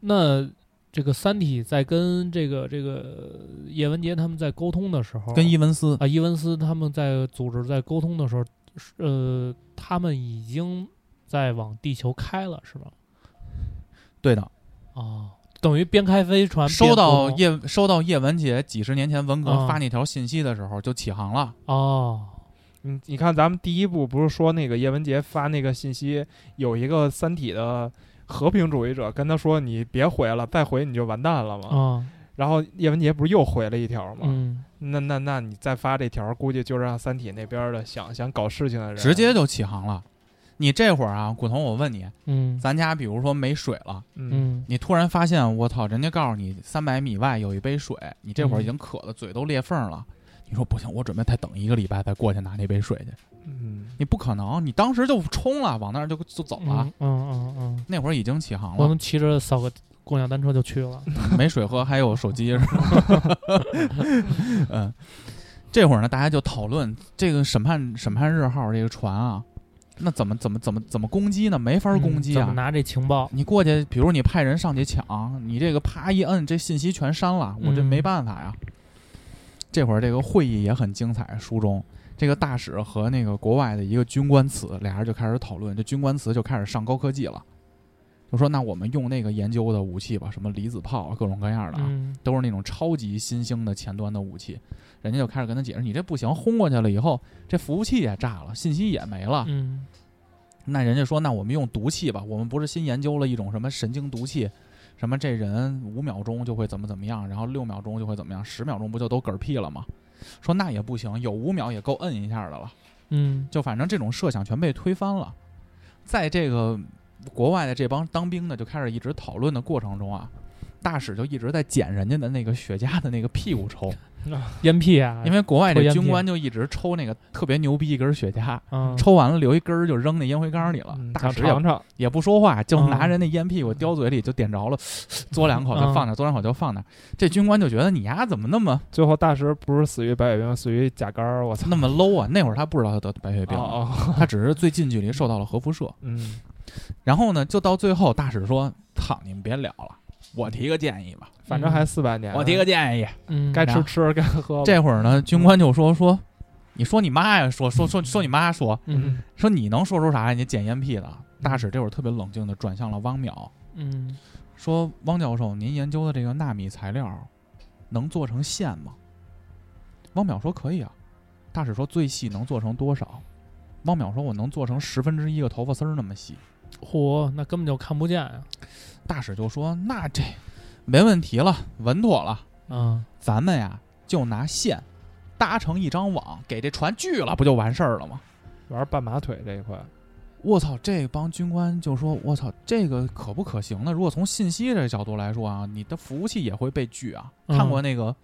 [SPEAKER 3] 那这个《三体》在跟这个这个叶文洁他们在沟通的时候，
[SPEAKER 1] 跟伊文斯
[SPEAKER 3] 啊伊文斯他们在组织在沟通的时候，是呃，他们已经在往地球开了，是吧？
[SPEAKER 1] 对的，
[SPEAKER 3] 哦，等于边开飞船边
[SPEAKER 1] 收到
[SPEAKER 3] 沟通
[SPEAKER 1] 叶收到叶文洁几十年前文革
[SPEAKER 3] 啊
[SPEAKER 1] 发那条信息的时候就起航了，
[SPEAKER 3] 哦，
[SPEAKER 2] 你你看，咱们第一步不是说那个叶文洁发那个信息，有一个《三体》的和平主义者跟他说：“你别回了，再回你就完蛋了
[SPEAKER 1] 哦
[SPEAKER 2] 嘛。
[SPEAKER 3] 啊，
[SPEAKER 2] 然后叶文洁不是又回了一条吗？
[SPEAKER 3] 嗯，
[SPEAKER 2] 那那那你再发这条，估计就让《三体》那边的想想搞事情的人
[SPEAKER 1] 直接就起航了。你这会儿啊，古潼，我问你，
[SPEAKER 3] 嗯，
[SPEAKER 1] 咱家比如说没水了，
[SPEAKER 2] 嗯
[SPEAKER 3] 嗯，
[SPEAKER 1] 你突然发现，我操，人家告诉你三百米外有一杯水，你这会儿
[SPEAKER 3] 嗯
[SPEAKER 1] 已经渴的嘴都裂缝了。你说不行，我准备再等一个礼拜再过去拿那杯水去。
[SPEAKER 2] 嗯
[SPEAKER 1] 你不可能，你当时就冲了，往那儿就就走了。
[SPEAKER 3] 嗯嗯嗯嗯，
[SPEAKER 1] 那会儿已经起航
[SPEAKER 3] 我
[SPEAKER 1] 了，
[SPEAKER 3] 们骑着扫个共享单车就去了，
[SPEAKER 1] 没水喝，还有手机是吧？ 嗯，这会儿呢，大家就讨论这个审判审判日号这个船啊，那怎么怎么怎么怎么攻击呢？没法攻击
[SPEAKER 3] 嗯怎
[SPEAKER 1] 啊！
[SPEAKER 3] 么拿这情报？
[SPEAKER 1] 你过去，比如你派人上去抢，你这个啪一摁，这信息全删了，我这
[SPEAKER 3] 嗯
[SPEAKER 1] 没办法呀。这会儿这个会议也很精彩，书中这个大使和那个国外的一个军官词，俩人就开始讨论，这军官词就开始上高科技了，就说那我们用那个研究的武器吧，什么离子炮啊，各种各样的啊，
[SPEAKER 3] 嗯
[SPEAKER 1] 都是那种超级新兴的前端的武器。人家就开始跟他解释，你这不行，轰过去了以后，这服务器也炸了，信息也没了，
[SPEAKER 3] 嗯
[SPEAKER 1] 那人家说，那我们用毒气吧，我们不是新研究了一种什么神经毒气，什么这人五秒钟就会怎么怎么样，然后六秒钟就会怎么样，十秒钟不就都嗝屁了吗？说那也不行，有五秒也够摁一下的了，
[SPEAKER 3] 嗯
[SPEAKER 1] 就反正这种设想全被推翻了。在这个国外的这帮当兵的就开始一直讨论的过程中啊，大使就一直在捡人家的那个雪茄的那个屁股抽，
[SPEAKER 3] 烟屁啊，
[SPEAKER 1] 因为国外这
[SPEAKER 3] 抽烟
[SPEAKER 1] 军
[SPEAKER 3] 屁
[SPEAKER 1] 官就一直抽那个特别牛逼一根雪茄，
[SPEAKER 3] 嗯
[SPEAKER 1] 抽完了留一根儿就扔那烟灰缸里了
[SPEAKER 2] 嗯，
[SPEAKER 1] 大
[SPEAKER 2] 想
[SPEAKER 1] 使
[SPEAKER 2] 吃
[SPEAKER 1] 也
[SPEAKER 2] 羊肠，
[SPEAKER 1] 也不说话，就
[SPEAKER 3] 嗯
[SPEAKER 1] 拿人那烟屁股叼嘴里就点着了， 嘬两口就
[SPEAKER 3] 嗯
[SPEAKER 1] 放那儿，嘬两口就放那儿。这军官就觉得你丫怎么那么
[SPEAKER 2] 最后大石不是死于白血病，死于甲肝儿。我操！
[SPEAKER 1] 那么 low 啊？那会儿他不知道他得白血病，
[SPEAKER 2] 哦哦，
[SPEAKER 1] 他只是最近距离受到了核辐射。
[SPEAKER 2] 嗯，
[SPEAKER 1] 然后呢，就到最后，大使说：“操，你们别聊了，我提个建议吧，
[SPEAKER 2] 反正还四百年。
[SPEAKER 1] 我提个建议。
[SPEAKER 3] 嗯
[SPEAKER 2] 该
[SPEAKER 1] 然后
[SPEAKER 2] 吃吃，该喝喝。
[SPEAKER 1] 这会儿呢，军官就说：“说你说你妈呀，说说说说你妈说
[SPEAKER 3] 嗯
[SPEAKER 1] 说你能说出啥呀？你捡烟屁的。”大使这会儿特别冷静的转向了汪淼，
[SPEAKER 3] 嗯
[SPEAKER 1] 说：“汪教授，您研究的这个纳米材料能做成线吗？”汪淼说：“可以啊。”大使说：“最细能做成多少？”汪淼说：“我能做成十分之一个头发丝儿那么细。
[SPEAKER 3] 嚯，那根本就看不见啊，”
[SPEAKER 1] 大使就说：“那这没问题了，稳妥了。
[SPEAKER 3] 嗯
[SPEAKER 1] 咱们呀就拿线搭成一张网，给这船锯了，不就完事儿了吗？”
[SPEAKER 2] 玩半马腿这一块，
[SPEAKER 1] 我操，这帮军官就说：“我操，这个可不可行呢？如果从信息这角度来说啊，你的服务器也会被拒啊。
[SPEAKER 3] 嗯
[SPEAKER 1] 看过那个，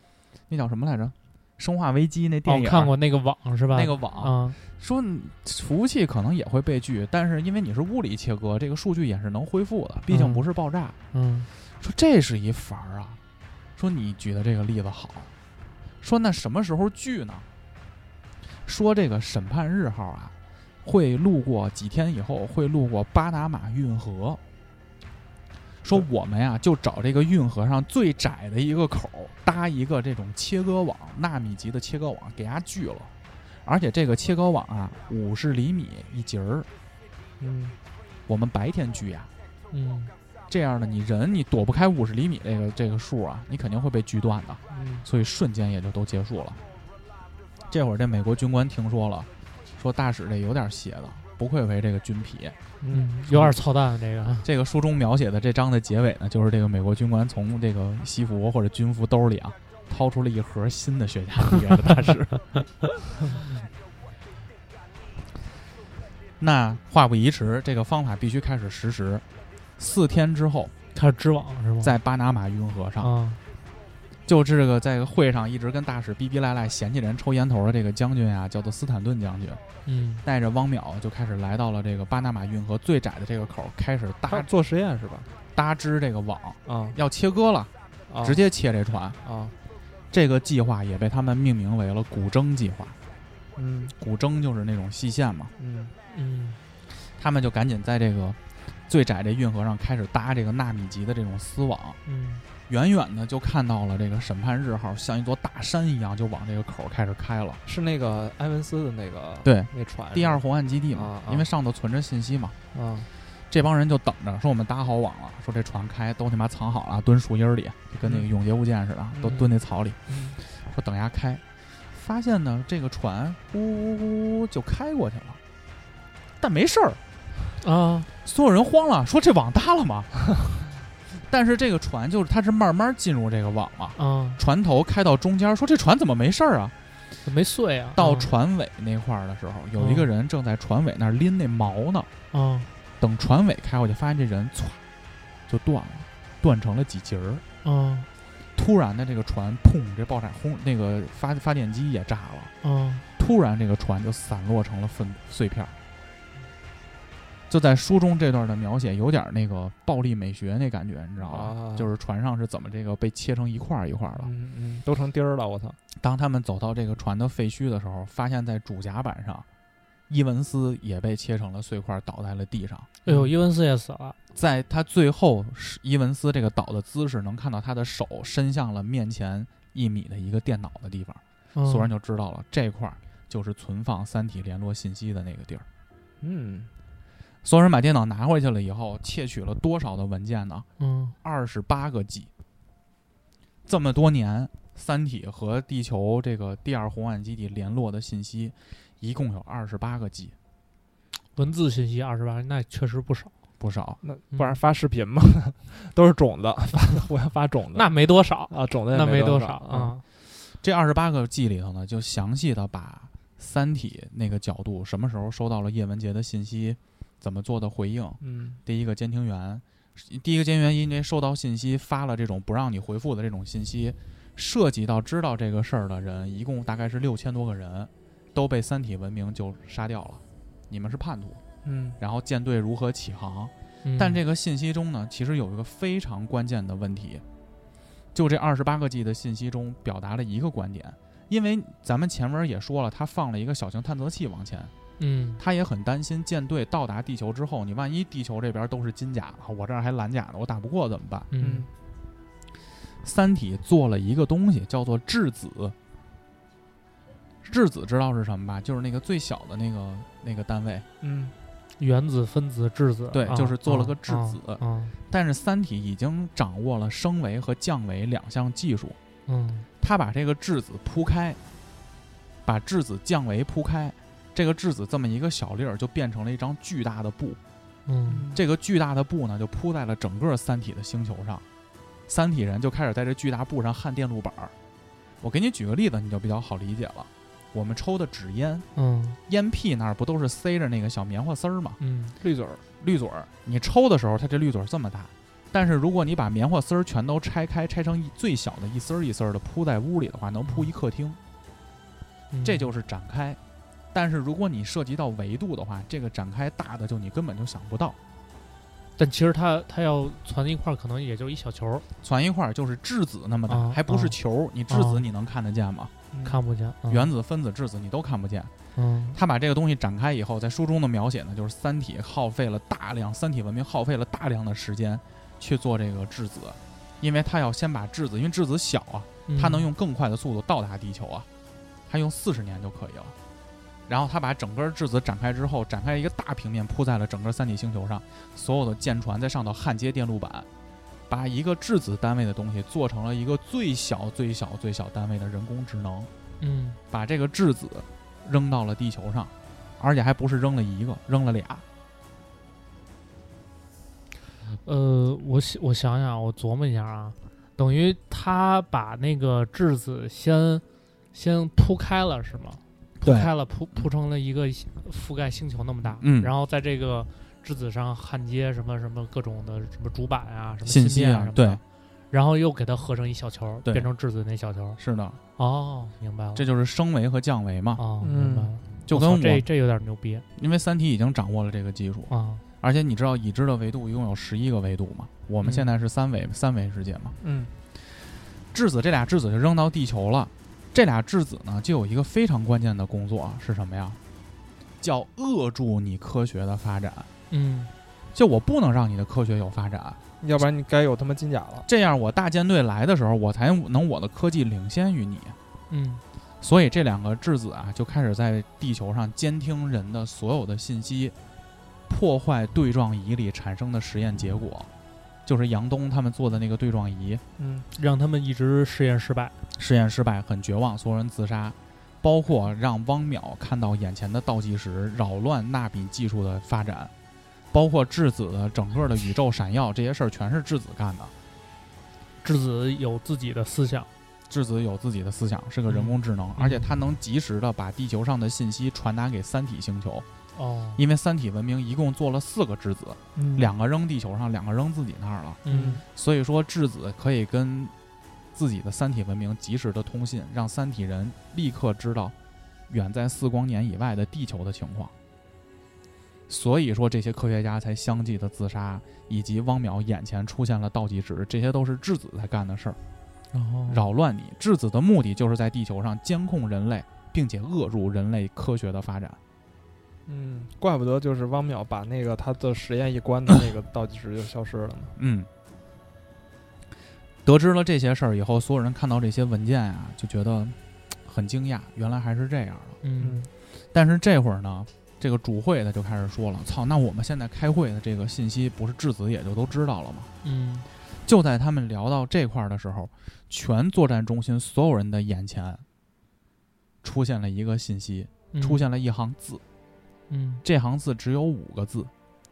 [SPEAKER 1] 那叫什么来着，《生化危机》那电
[SPEAKER 3] 哦
[SPEAKER 1] 影，，
[SPEAKER 3] 看过那个网是吧？
[SPEAKER 1] 那个网、
[SPEAKER 3] 啊，
[SPEAKER 1] 说你服务器可能也会被拒，但是因为你是物理切割，这个数据也是能恢复的，毕竟
[SPEAKER 3] 嗯
[SPEAKER 1] 不是爆炸。
[SPEAKER 3] 嗯
[SPEAKER 1] 说这是一法儿啊，说你举的这个例子好，说那什么时候聚呢？说这个审判日号啊，会路过几天以后会路过巴拿马运河。说我们呀、就找这个运河上最窄的一个口儿搭一个这种切割网，纳米级的切割网给它锯了，而且这个切割网啊五十厘米一节儿，
[SPEAKER 2] 嗯，
[SPEAKER 1] 我们白天锯呀、
[SPEAKER 3] 嗯
[SPEAKER 1] 这样呢，你人你躲不开五十厘米这个这个数啊，你肯定会被锯断的，
[SPEAKER 2] 嗯，
[SPEAKER 1] 所以瞬间也就都结束了。这会儿这美国军官听说了，说大使这有点邪的，不愧为这个军痞。
[SPEAKER 3] 嗯，有点操蛋这个，啊
[SPEAKER 1] 这个书中描写的这章的结尾呢，就是这个美国军官从这个西服或者军服兜里啊，掏出了一盒新的雪茄递给了大使。 那话不宜迟，这个方法必须开始实施。四天之后，
[SPEAKER 3] 开始织网是吗？
[SPEAKER 1] 在巴拿马运河上，
[SPEAKER 3] 啊，
[SPEAKER 1] 就这个在会上一直跟大使逼逼赖赖嫌弃人抽烟头的这个将军啊，叫做斯坦顿将军，
[SPEAKER 3] 嗯
[SPEAKER 1] 带着汪淼就开始来到了这个巴拿马运河最窄的这个口，开始
[SPEAKER 2] 他
[SPEAKER 1] 搭
[SPEAKER 2] 做实验是吧？
[SPEAKER 1] 搭支这个网，
[SPEAKER 2] 啊
[SPEAKER 1] 要切割了，
[SPEAKER 2] 啊，
[SPEAKER 1] 直接切这船。
[SPEAKER 2] 啊，
[SPEAKER 1] 这个计划也被他们命名为了古筝计划。
[SPEAKER 2] 嗯
[SPEAKER 1] 古筝就是那种细线嘛，
[SPEAKER 2] 嗯
[SPEAKER 3] 嗯
[SPEAKER 1] 他们就赶紧在这个最窄这运河上开始搭这个纳米级的这种丝网。
[SPEAKER 3] 嗯
[SPEAKER 1] 远远的就看到了这个审判日号像一座大山一样就往这个口开始开了。
[SPEAKER 2] 是那个埃文斯的那个
[SPEAKER 1] 对
[SPEAKER 2] 那船
[SPEAKER 1] 第二红岸基地嘛
[SPEAKER 2] 啊，啊
[SPEAKER 1] 因为上头存着信息嘛。
[SPEAKER 2] 啊，
[SPEAKER 1] 这帮人就等着，说我们搭好网了，说这船开都他妈藏好了，蹲树荫儿里，就跟那个
[SPEAKER 2] 嗯
[SPEAKER 1] 永劫无间似的，
[SPEAKER 3] 嗯
[SPEAKER 1] 都蹲那草里，
[SPEAKER 3] 嗯
[SPEAKER 1] 说等牙开。发现呢，这个船呜呜呜呜就开过去了，但没事儿，
[SPEAKER 3] 啊，
[SPEAKER 1] 所有人慌了，说这网搭了吗？ 但是这个船就是它是慢慢进入这个网嘛，
[SPEAKER 3] 啊，
[SPEAKER 1] 船头开到中间，说这船怎么没事儿啊？
[SPEAKER 3] 怎么没碎啊？
[SPEAKER 1] 到
[SPEAKER 2] 嗯
[SPEAKER 3] 啊
[SPEAKER 1] 船尾那块儿的时候，有一个人正在船尾那儿拎那锚呢，
[SPEAKER 3] 啊
[SPEAKER 1] 等船尾开过去，发现这人唰就断了，断成了几节儿。
[SPEAKER 3] 啊
[SPEAKER 1] 突然的，这个船砰，这爆炸轰，那个发发电机也炸了。
[SPEAKER 3] 啊，
[SPEAKER 1] 突然，这个船就散落成了粉碎片儿。就在书中这段的描写，有点儿那个暴力美学那感觉，你知道吧？
[SPEAKER 2] 啊
[SPEAKER 1] 就是船上是怎么这个被切成一块儿一块儿的。
[SPEAKER 2] 嗯嗯，都成钉儿了，我操！
[SPEAKER 1] 当他们走到这个船的废墟的时候，发现在主甲板上，伊文斯也被切成了碎块儿，倒在了地上。
[SPEAKER 3] 哎呦，伊文斯也死了，
[SPEAKER 1] 在他最后是伊文斯这个倒的姿势，能看到他的手伸向了面前一米的一个电脑的地方，
[SPEAKER 3] 嗯
[SPEAKER 1] 所有人就知道了这块儿就是存放《三体》联络信息的那个地儿。
[SPEAKER 2] 嗯，
[SPEAKER 1] 所有人把电脑拿回去了以后，窃取了多少的文件呢？
[SPEAKER 3] 嗯
[SPEAKER 1] 二十八个 G。这么多年，《三体》和地球这个第二红岸基地联络的信息，一共有二十八个 G，
[SPEAKER 3] 文字信息二十八，那确实不少，
[SPEAKER 1] 不少。
[SPEAKER 2] 那
[SPEAKER 3] 嗯
[SPEAKER 2] 不然发视频嘛， 都是种子，发我要发种子。
[SPEAKER 3] 那没多少，
[SPEAKER 2] 啊，种子也
[SPEAKER 3] 那
[SPEAKER 2] 没
[SPEAKER 3] 多
[SPEAKER 2] 少啊。
[SPEAKER 3] 啊，
[SPEAKER 1] 这二十八个 G 里头呢，就详细的把《三体》那个角度，什么时候收到了叶文洁的信息，怎么做的回应。
[SPEAKER 2] 嗯
[SPEAKER 1] 第一个监听员，第一个监听员因为收到信息发了这种不让你回复的这种信息，涉及到知道这个事儿的人，一共大概是六千多个人，都被三体文明就杀掉了。你们是叛徒，
[SPEAKER 2] 嗯
[SPEAKER 1] 然后舰队如何起航？
[SPEAKER 3] 嗯
[SPEAKER 1] 但这个信息中呢，其实有一个非常关键的问题，就这二十八个 G 的信息中表达了一个观点，因为咱们前文也说了，他放了一个小型探测器往前，
[SPEAKER 3] 嗯
[SPEAKER 1] 他也很担心舰队到达地球之后，你万一地球这边都是金甲了，我这儿还蓝甲呢，我打不过怎么办？
[SPEAKER 3] 嗯
[SPEAKER 1] 三体做了一个东西叫做质子，质子知道是什么吧？就是那个最小的那个那个单位，
[SPEAKER 2] 嗯
[SPEAKER 3] 原子、分子、质子，
[SPEAKER 1] 对
[SPEAKER 3] 啊
[SPEAKER 1] 就是做了个质
[SPEAKER 3] 啊
[SPEAKER 1] 子
[SPEAKER 3] 啊啊
[SPEAKER 1] 但是三体已经掌握了升维和降维两项技术。
[SPEAKER 3] 嗯
[SPEAKER 1] 他把这个质子铺开，把质子降维铺开，这个质子这么一个小粒儿就变成了一张巨大的布，
[SPEAKER 3] 嗯
[SPEAKER 2] 嗯
[SPEAKER 1] 这个巨大的布呢就铺在了整个三体的星球上，三体人就开始在这巨大布上焊电路板儿。我给你举个例子，你就比较好理解了。我们抽的纸烟，
[SPEAKER 3] 嗯
[SPEAKER 1] 烟屁那儿不都是塞着那个小棉花丝儿吗？
[SPEAKER 3] 嗯
[SPEAKER 2] 绿嘴儿，
[SPEAKER 1] 绿嘴儿，你抽的时候它这绿嘴儿这么大，但是如果你把棉花丝儿全都拆开，拆成一最小的一丝儿一丝儿的铺在屋里的话，能铺一客厅。
[SPEAKER 3] 嗯，
[SPEAKER 1] 这就是展开。但是如果你涉及到维度的话，这个展开大的就你根本就想不到。
[SPEAKER 3] 但其实它它要攒一块，儿，可能也就一小球儿，
[SPEAKER 1] 攒一块儿就是质子那么大，
[SPEAKER 3] 啊
[SPEAKER 1] 还不是
[SPEAKER 3] 啊
[SPEAKER 1] 球。你质子
[SPEAKER 3] 啊
[SPEAKER 1] 你能看得见吗？
[SPEAKER 3] 看不见。啊
[SPEAKER 1] 嗯原子、分子、质子你都看不见。
[SPEAKER 3] 嗯
[SPEAKER 1] 他把这个东西展开以后，在书中的描写呢，就是三体耗费了大量，三体文明耗费了大量的时间去做这个质子，因为他要先把质子，因为质子小啊，
[SPEAKER 3] 嗯
[SPEAKER 1] 它能用更快的速度到达地球啊，它用四十年就可以了。然后它把整个质子展开之后，展开一个大平面铺在了整个三体星球上，所有的舰船在上头焊接电路板，把一个质子单位的东西做成了一个最小、最小、最小单位的人工智能，
[SPEAKER 3] 嗯
[SPEAKER 1] 把这个质子扔到了地球上，而且还不是扔了一个，扔了俩。
[SPEAKER 3] 呃，我想我想想，我琢磨一下啊，等于他把那个质子先先铺开了是吗？铺
[SPEAKER 1] 对
[SPEAKER 3] 开了，铺铺成了一个覆盖星球那么大，
[SPEAKER 1] 嗯
[SPEAKER 3] 然后在这个质子上焊接什么什么各种的什么主板啊，什么
[SPEAKER 1] 信息
[SPEAKER 3] 芯片
[SPEAKER 1] 啊
[SPEAKER 3] 什么的
[SPEAKER 1] 对，
[SPEAKER 3] 然后又给它合成一小球，
[SPEAKER 1] 对
[SPEAKER 3] 变成质子那小球。
[SPEAKER 1] 是的，
[SPEAKER 3] 哦，明白了，
[SPEAKER 1] 这就是升维和降维嘛，
[SPEAKER 3] 哦，
[SPEAKER 2] 嗯
[SPEAKER 3] 明白了，
[SPEAKER 1] 就
[SPEAKER 3] 我
[SPEAKER 1] 跟
[SPEAKER 3] 操
[SPEAKER 1] 我
[SPEAKER 3] 这这有点牛逼
[SPEAKER 1] 因为三体已经掌握了这个技术，
[SPEAKER 3] 啊，
[SPEAKER 1] 而且你知道已知的维度一共有十一个维度嘛？我们
[SPEAKER 3] 嗯
[SPEAKER 1] 现在是三维、三维世界嘛？
[SPEAKER 2] 嗯
[SPEAKER 1] 质子这俩质子就扔到地球了，这俩质子呢就有一个非常关键的工作啊，是什么呀？叫扼住你科学的发展。
[SPEAKER 3] 嗯
[SPEAKER 1] 就我不能让你的科学有发展，
[SPEAKER 2] 嗯要不然你该有他妈金甲了。
[SPEAKER 1] 这样我大舰队来的时候，我才能我的科技领先于你。
[SPEAKER 3] 嗯
[SPEAKER 1] 所以这两个质子啊，就开始在地球上监听人的所有的信息，破坏对撞仪里产生的实验结果，就是杨东他们做的那个对撞仪
[SPEAKER 2] 嗯
[SPEAKER 3] 让他们一直试验失败。
[SPEAKER 1] 实验失败，很绝望，所有人自杀，包括让汪淼看到眼前的倒计时，扰乱纳米技术的发展，包括质子的整个的宇宙闪耀这些事儿，全是质子干的。
[SPEAKER 3] 质子有自己的思想，
[SPEAKER 1] 质子有自己的思想，是个人工智能，而且它能及时的把地球上的信息传达给三体星球。
[SPEAKER 3] 哦，
[SPEAKER 1] 因为三体文明一共做了四个质子，
[SPEAKER 2] 嗯
[SPEAKER 1] 两个扔地球上，两个扔自己那儿了。
[SPEAKER 3] 嗯
[SPEAKER 1] 所以说，质子可以跟自己的三体文明及时的通信，让三体人立刻知道远在四光年以外的地球的情况。所以说，这些科学家才相继的自杀，以及汪淼眼前出现了倒计时，这些都是质子在干的事儿，
[SPEAKER 3] 哦
[SPEAKER 1] 扰乱你。质子的目的就是在地球上监控人类，并且扼住人类科学的发展。
[SPEAKER 2] 嗯，怪不得就是汪淼把那个他的实验一关的那个倒计时就消失了呢。
[SPEAKER 1] 嗯，得知了这些事儿以后，所有人看到这些文件啊，就觉得嘖很惊讶，原来还是这样的。
[SPEAKER 3] 嗯
[SPEAKER 1] 但是这会儿呢，这个主会的就开始说了：“操，那我们现在开会的这个信息，不是质子也就都知道了吗
[SPEAKER 3] 嗯？”
[SPEAKER 1] 就在他们聊到这块儿的时候，全作战中心所有人的眼前出现了一个信息，
[SPEAKER 3] 嗯，
[SPEAKER 1] 出现了一行字，
[SPEAKER 3] 嗯
[SPEAKER 1] 这行字只有五个字，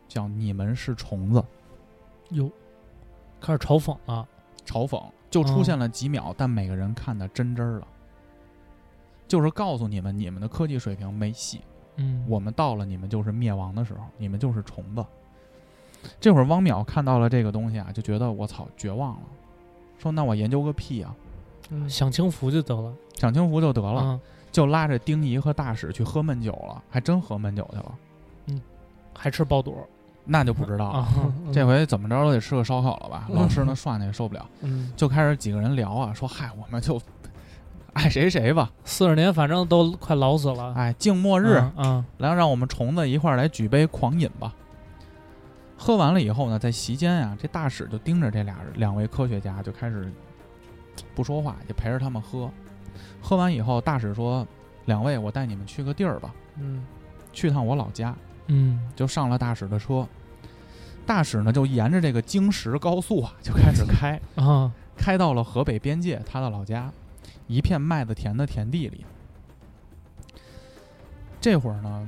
[SPEAKER 1] 叫“你们是虫子”。
[SPEAKER 3] 有开始嘲讽了，
[SPEAKER 1] 嘲讽，就出现了几秒，但每个人看的真真儿了，就是告诉你们，你们的科技水平没戏，
[SPEAKER 3] 嗯，
[SPEAKER 1] 我们到了，你们就是灭亡的时候，你们就是虫子。这会儿汪淼看到了这个东西啊，就觉得我操绝望了，说那我研究个屁啊，
[SPEAKER 2] 嗯
[SPEAKER 3] 享清福就得了，
[SPEAKER 1] 享清福就得
[SPEAKER 3] 好
[SPEAKER 1] 了，，就拉着丁仪和大使去喝闷酒了，还真喝闷酒去了，
[SPEAKER 3] 还吃爆肚
[SPEAKER 1] 那就不知道了。
[SPEAKER 3] 啊，
[SPEAKER 1] 这回怎么着都得吃个烧烤了吧？
[SPEAKER 2] 嗯
[SPEAKER 1] 老师呢涮的也受不了，
[SPEAKER 2] 嗯
[SPEAKER 1] 就开始几个人聊啊，说嗨，我们就爱谁谁吧，
[SPEAKER 3] 四十年反正都快老死了，
[SPEAKER 1] 哎，静末日，
[SPEAKER 3] 嗯嗯
[SPEAKER 1] 然后让我们虫子一块儿来举杯狂饮吧。喝完了以后呢，在席间啊，这大使就盯着这俩人两位科学家，就开始不说话，也陪着他们喝。喝完以后，大使说：“两位，我带你们去个地儿吧，
[SPEAKER 2] 嗯
[SPEAKER 1] 去趟我老家。
[SPEAKER 3] 嗯”
[SPEAKER 1] 就上了大使的车。大使呢，就沿着这个京石高速啊，就开始开，
[SPEAKER 3] 啊，
[SPEAKER 1] 开到了河北边界，他的老家，一片麦子田的田地里。这会儿呢，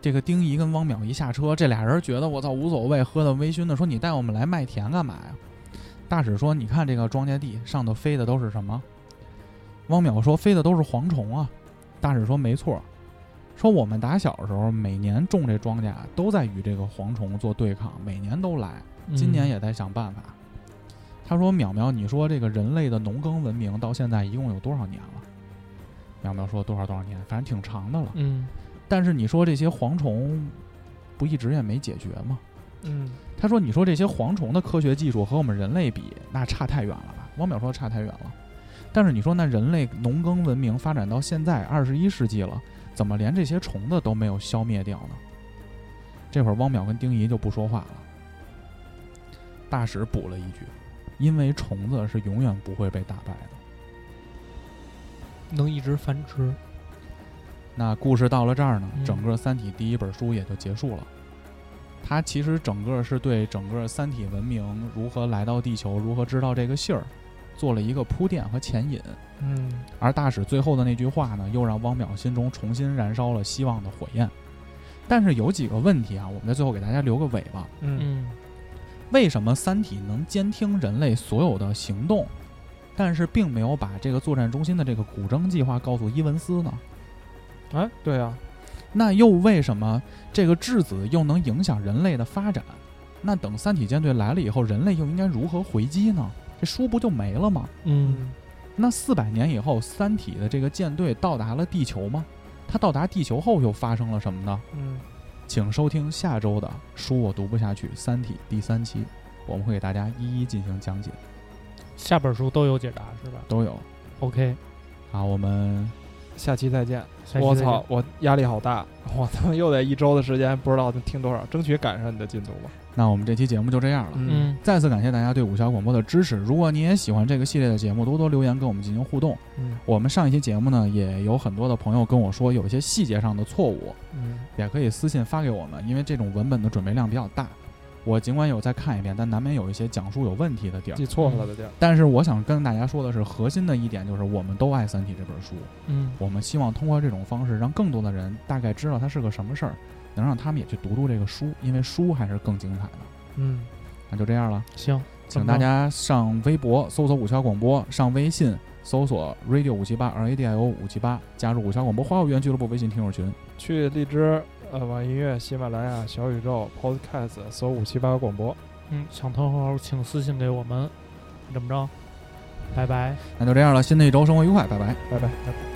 [SPEAKER 1] 这个丁仪跟汪淼一下车，这俩人觉得我操无所谓，喝的微醺的，说你带我们来麦田干嘛呀？大使说：“你看这个庄稼地上头飞的都是什么？”汪淼说：“飞的都是蝗虫啊。”大使说：“没错，说我们打小的时候，每年种这庄稼都在与这个蝗虫做对抗，每年都来。
[SPEAKER 3] 嗯
[SPEAKER 1] 今年也在想办法。他说：“淼淼，你说这个人类的农耕文明到现在一共有多少年了？”淼淼说：“多少多少年，反正挺长的了。
[SPEAKER 3] 嗯
[SPEAKER 1] 但是你说这些蝗虫，不一直也没解决吗？
[SPEAKER 2] 嗯
[SPEAKER 1] 他说：“你说这些蝗虫的科学技术和我们人类比，那差太远了吧？”汪淼说：“差太远了。”但是你说，那人类农耕文明发展到现在二十一世纪了，怎么连这些虫子都没有消灭掉呢？这会儿，汪淼跟丁仪就不说话了。大使补了一句：“因为虫子是永远不会被打败的。”
[SPEAKER 3] 能一直繁殖，
[SPEAKER 1] 那故事到了这儿呢，
[SPEAKER 3] 嗯
[SPEAKER 1] 整个《三体》第一本书也就结束了。它其实整个是对整个三体文明如何来到地球、如何知道这个信儿，做了一个铺垫和前引。
[SPEAKER 2] 嗯
[SPEAKER 1] 而大使最后的那句话呢，又让汪淼心中重新燃烧了希望的火焰。但是有几个问题啊，我们在最后给大家留个尾巴。
[SPEAKER 2] 嗯
[SPEAKER 3] 嗯
[SPEAKER 1] 为什么《三体》能监听人类所有的行动，但是并没有把这个作战中心的这个古筝计划告诉伊文斯呢？
[SPEAKER 2] 哎，对啊，
[SPEAKER 1] 那又为什么这个质子又能影响人类的发展？那等三体舰队来了以后，人类又应该如何回击呢？这书不就没了吗？
[SPEAKER 3] 嗯
[SPEAKER 1] 那四百年以后，三体的这个舰队到达了地球吗？它到达地球后又发生了什么呢？
[SPEAKER 2] 嗯
[SPEAKER 1] 请收听下周的《书我读不下去》三体第三期，我们会给大家一一进行讲解，
[SPEAKER 3] 下本书都有解答是吧
[SPEAKER 1] 都有。
[SPEAKER 3] ？OK，
[SPEAKER 1] 啊，我们
[SPEAKER 2] 下期再见。
[SPEAKER 3] 下期
[SPEAKER 2] 我
[SPEAKER 3] 再见
[SPEAKER 2] 操， 我压力好大，我他妈又得一周的时间，不知道能听多少，争取赶上你的进度吧。
[SPEAKER 1] 那我们这期节目就这样了。
[SPEAKER 2] 嗯
[SPEAKER 3] 嗯
[SPEAKER 1] 再次感谢大家对五小广播的支持。如果你也喜欢这个系列的节目，多多留言跟我们进行互动。
[SPEAKER 2] 嗯
[SPEAKER 1] 我们上一期节目呢，也有很多的朋友跟我说有一些细节上的错误，
[SPEAKER 2] 嗯，
[SPEAKER 1] 也可以私信发给我们，因为这种文本的准备量比较大。我尽管有再看一遍，但难免有一些讲述有问题的地儿
[SPEAKER 2] 记。错了的地儿。
[SPEAKER 1] 但是我想跟大家说的是，核心的一点就是我们都爱《三体》这本书，
[SPEAKER 3] 嗯
[SPEAKER 1] 我们希望通过这种方式，让更多的人大概知道它是个什么事儿，能让他们也去读读这个书，因为书还是更精彩的。
[SPEAKER 2] 嗯，
[SPEAKER 1] 那就这样了。
[SPEAKER 3] 行，
[SPEAKER 1] 请大家上微博搜索五七八广播，上微信搜索 radio 五七八 r a d i o 五七八，加入五七八广播花卉园俱乐部微信听友群。
[SPEAKER 2] 去荔枝、呃网易音乐、喜马拉雅、小宇宙、Podcast 搜五七八广播。
[SPEAKER 3] 嗯，想投稿请私信给我们，怎么着？拜拜。
[SPEAKER 1] 那就这样了，新的一周生活愉快，拜拜。
[SPEAKER 2] 拜拜。拜拜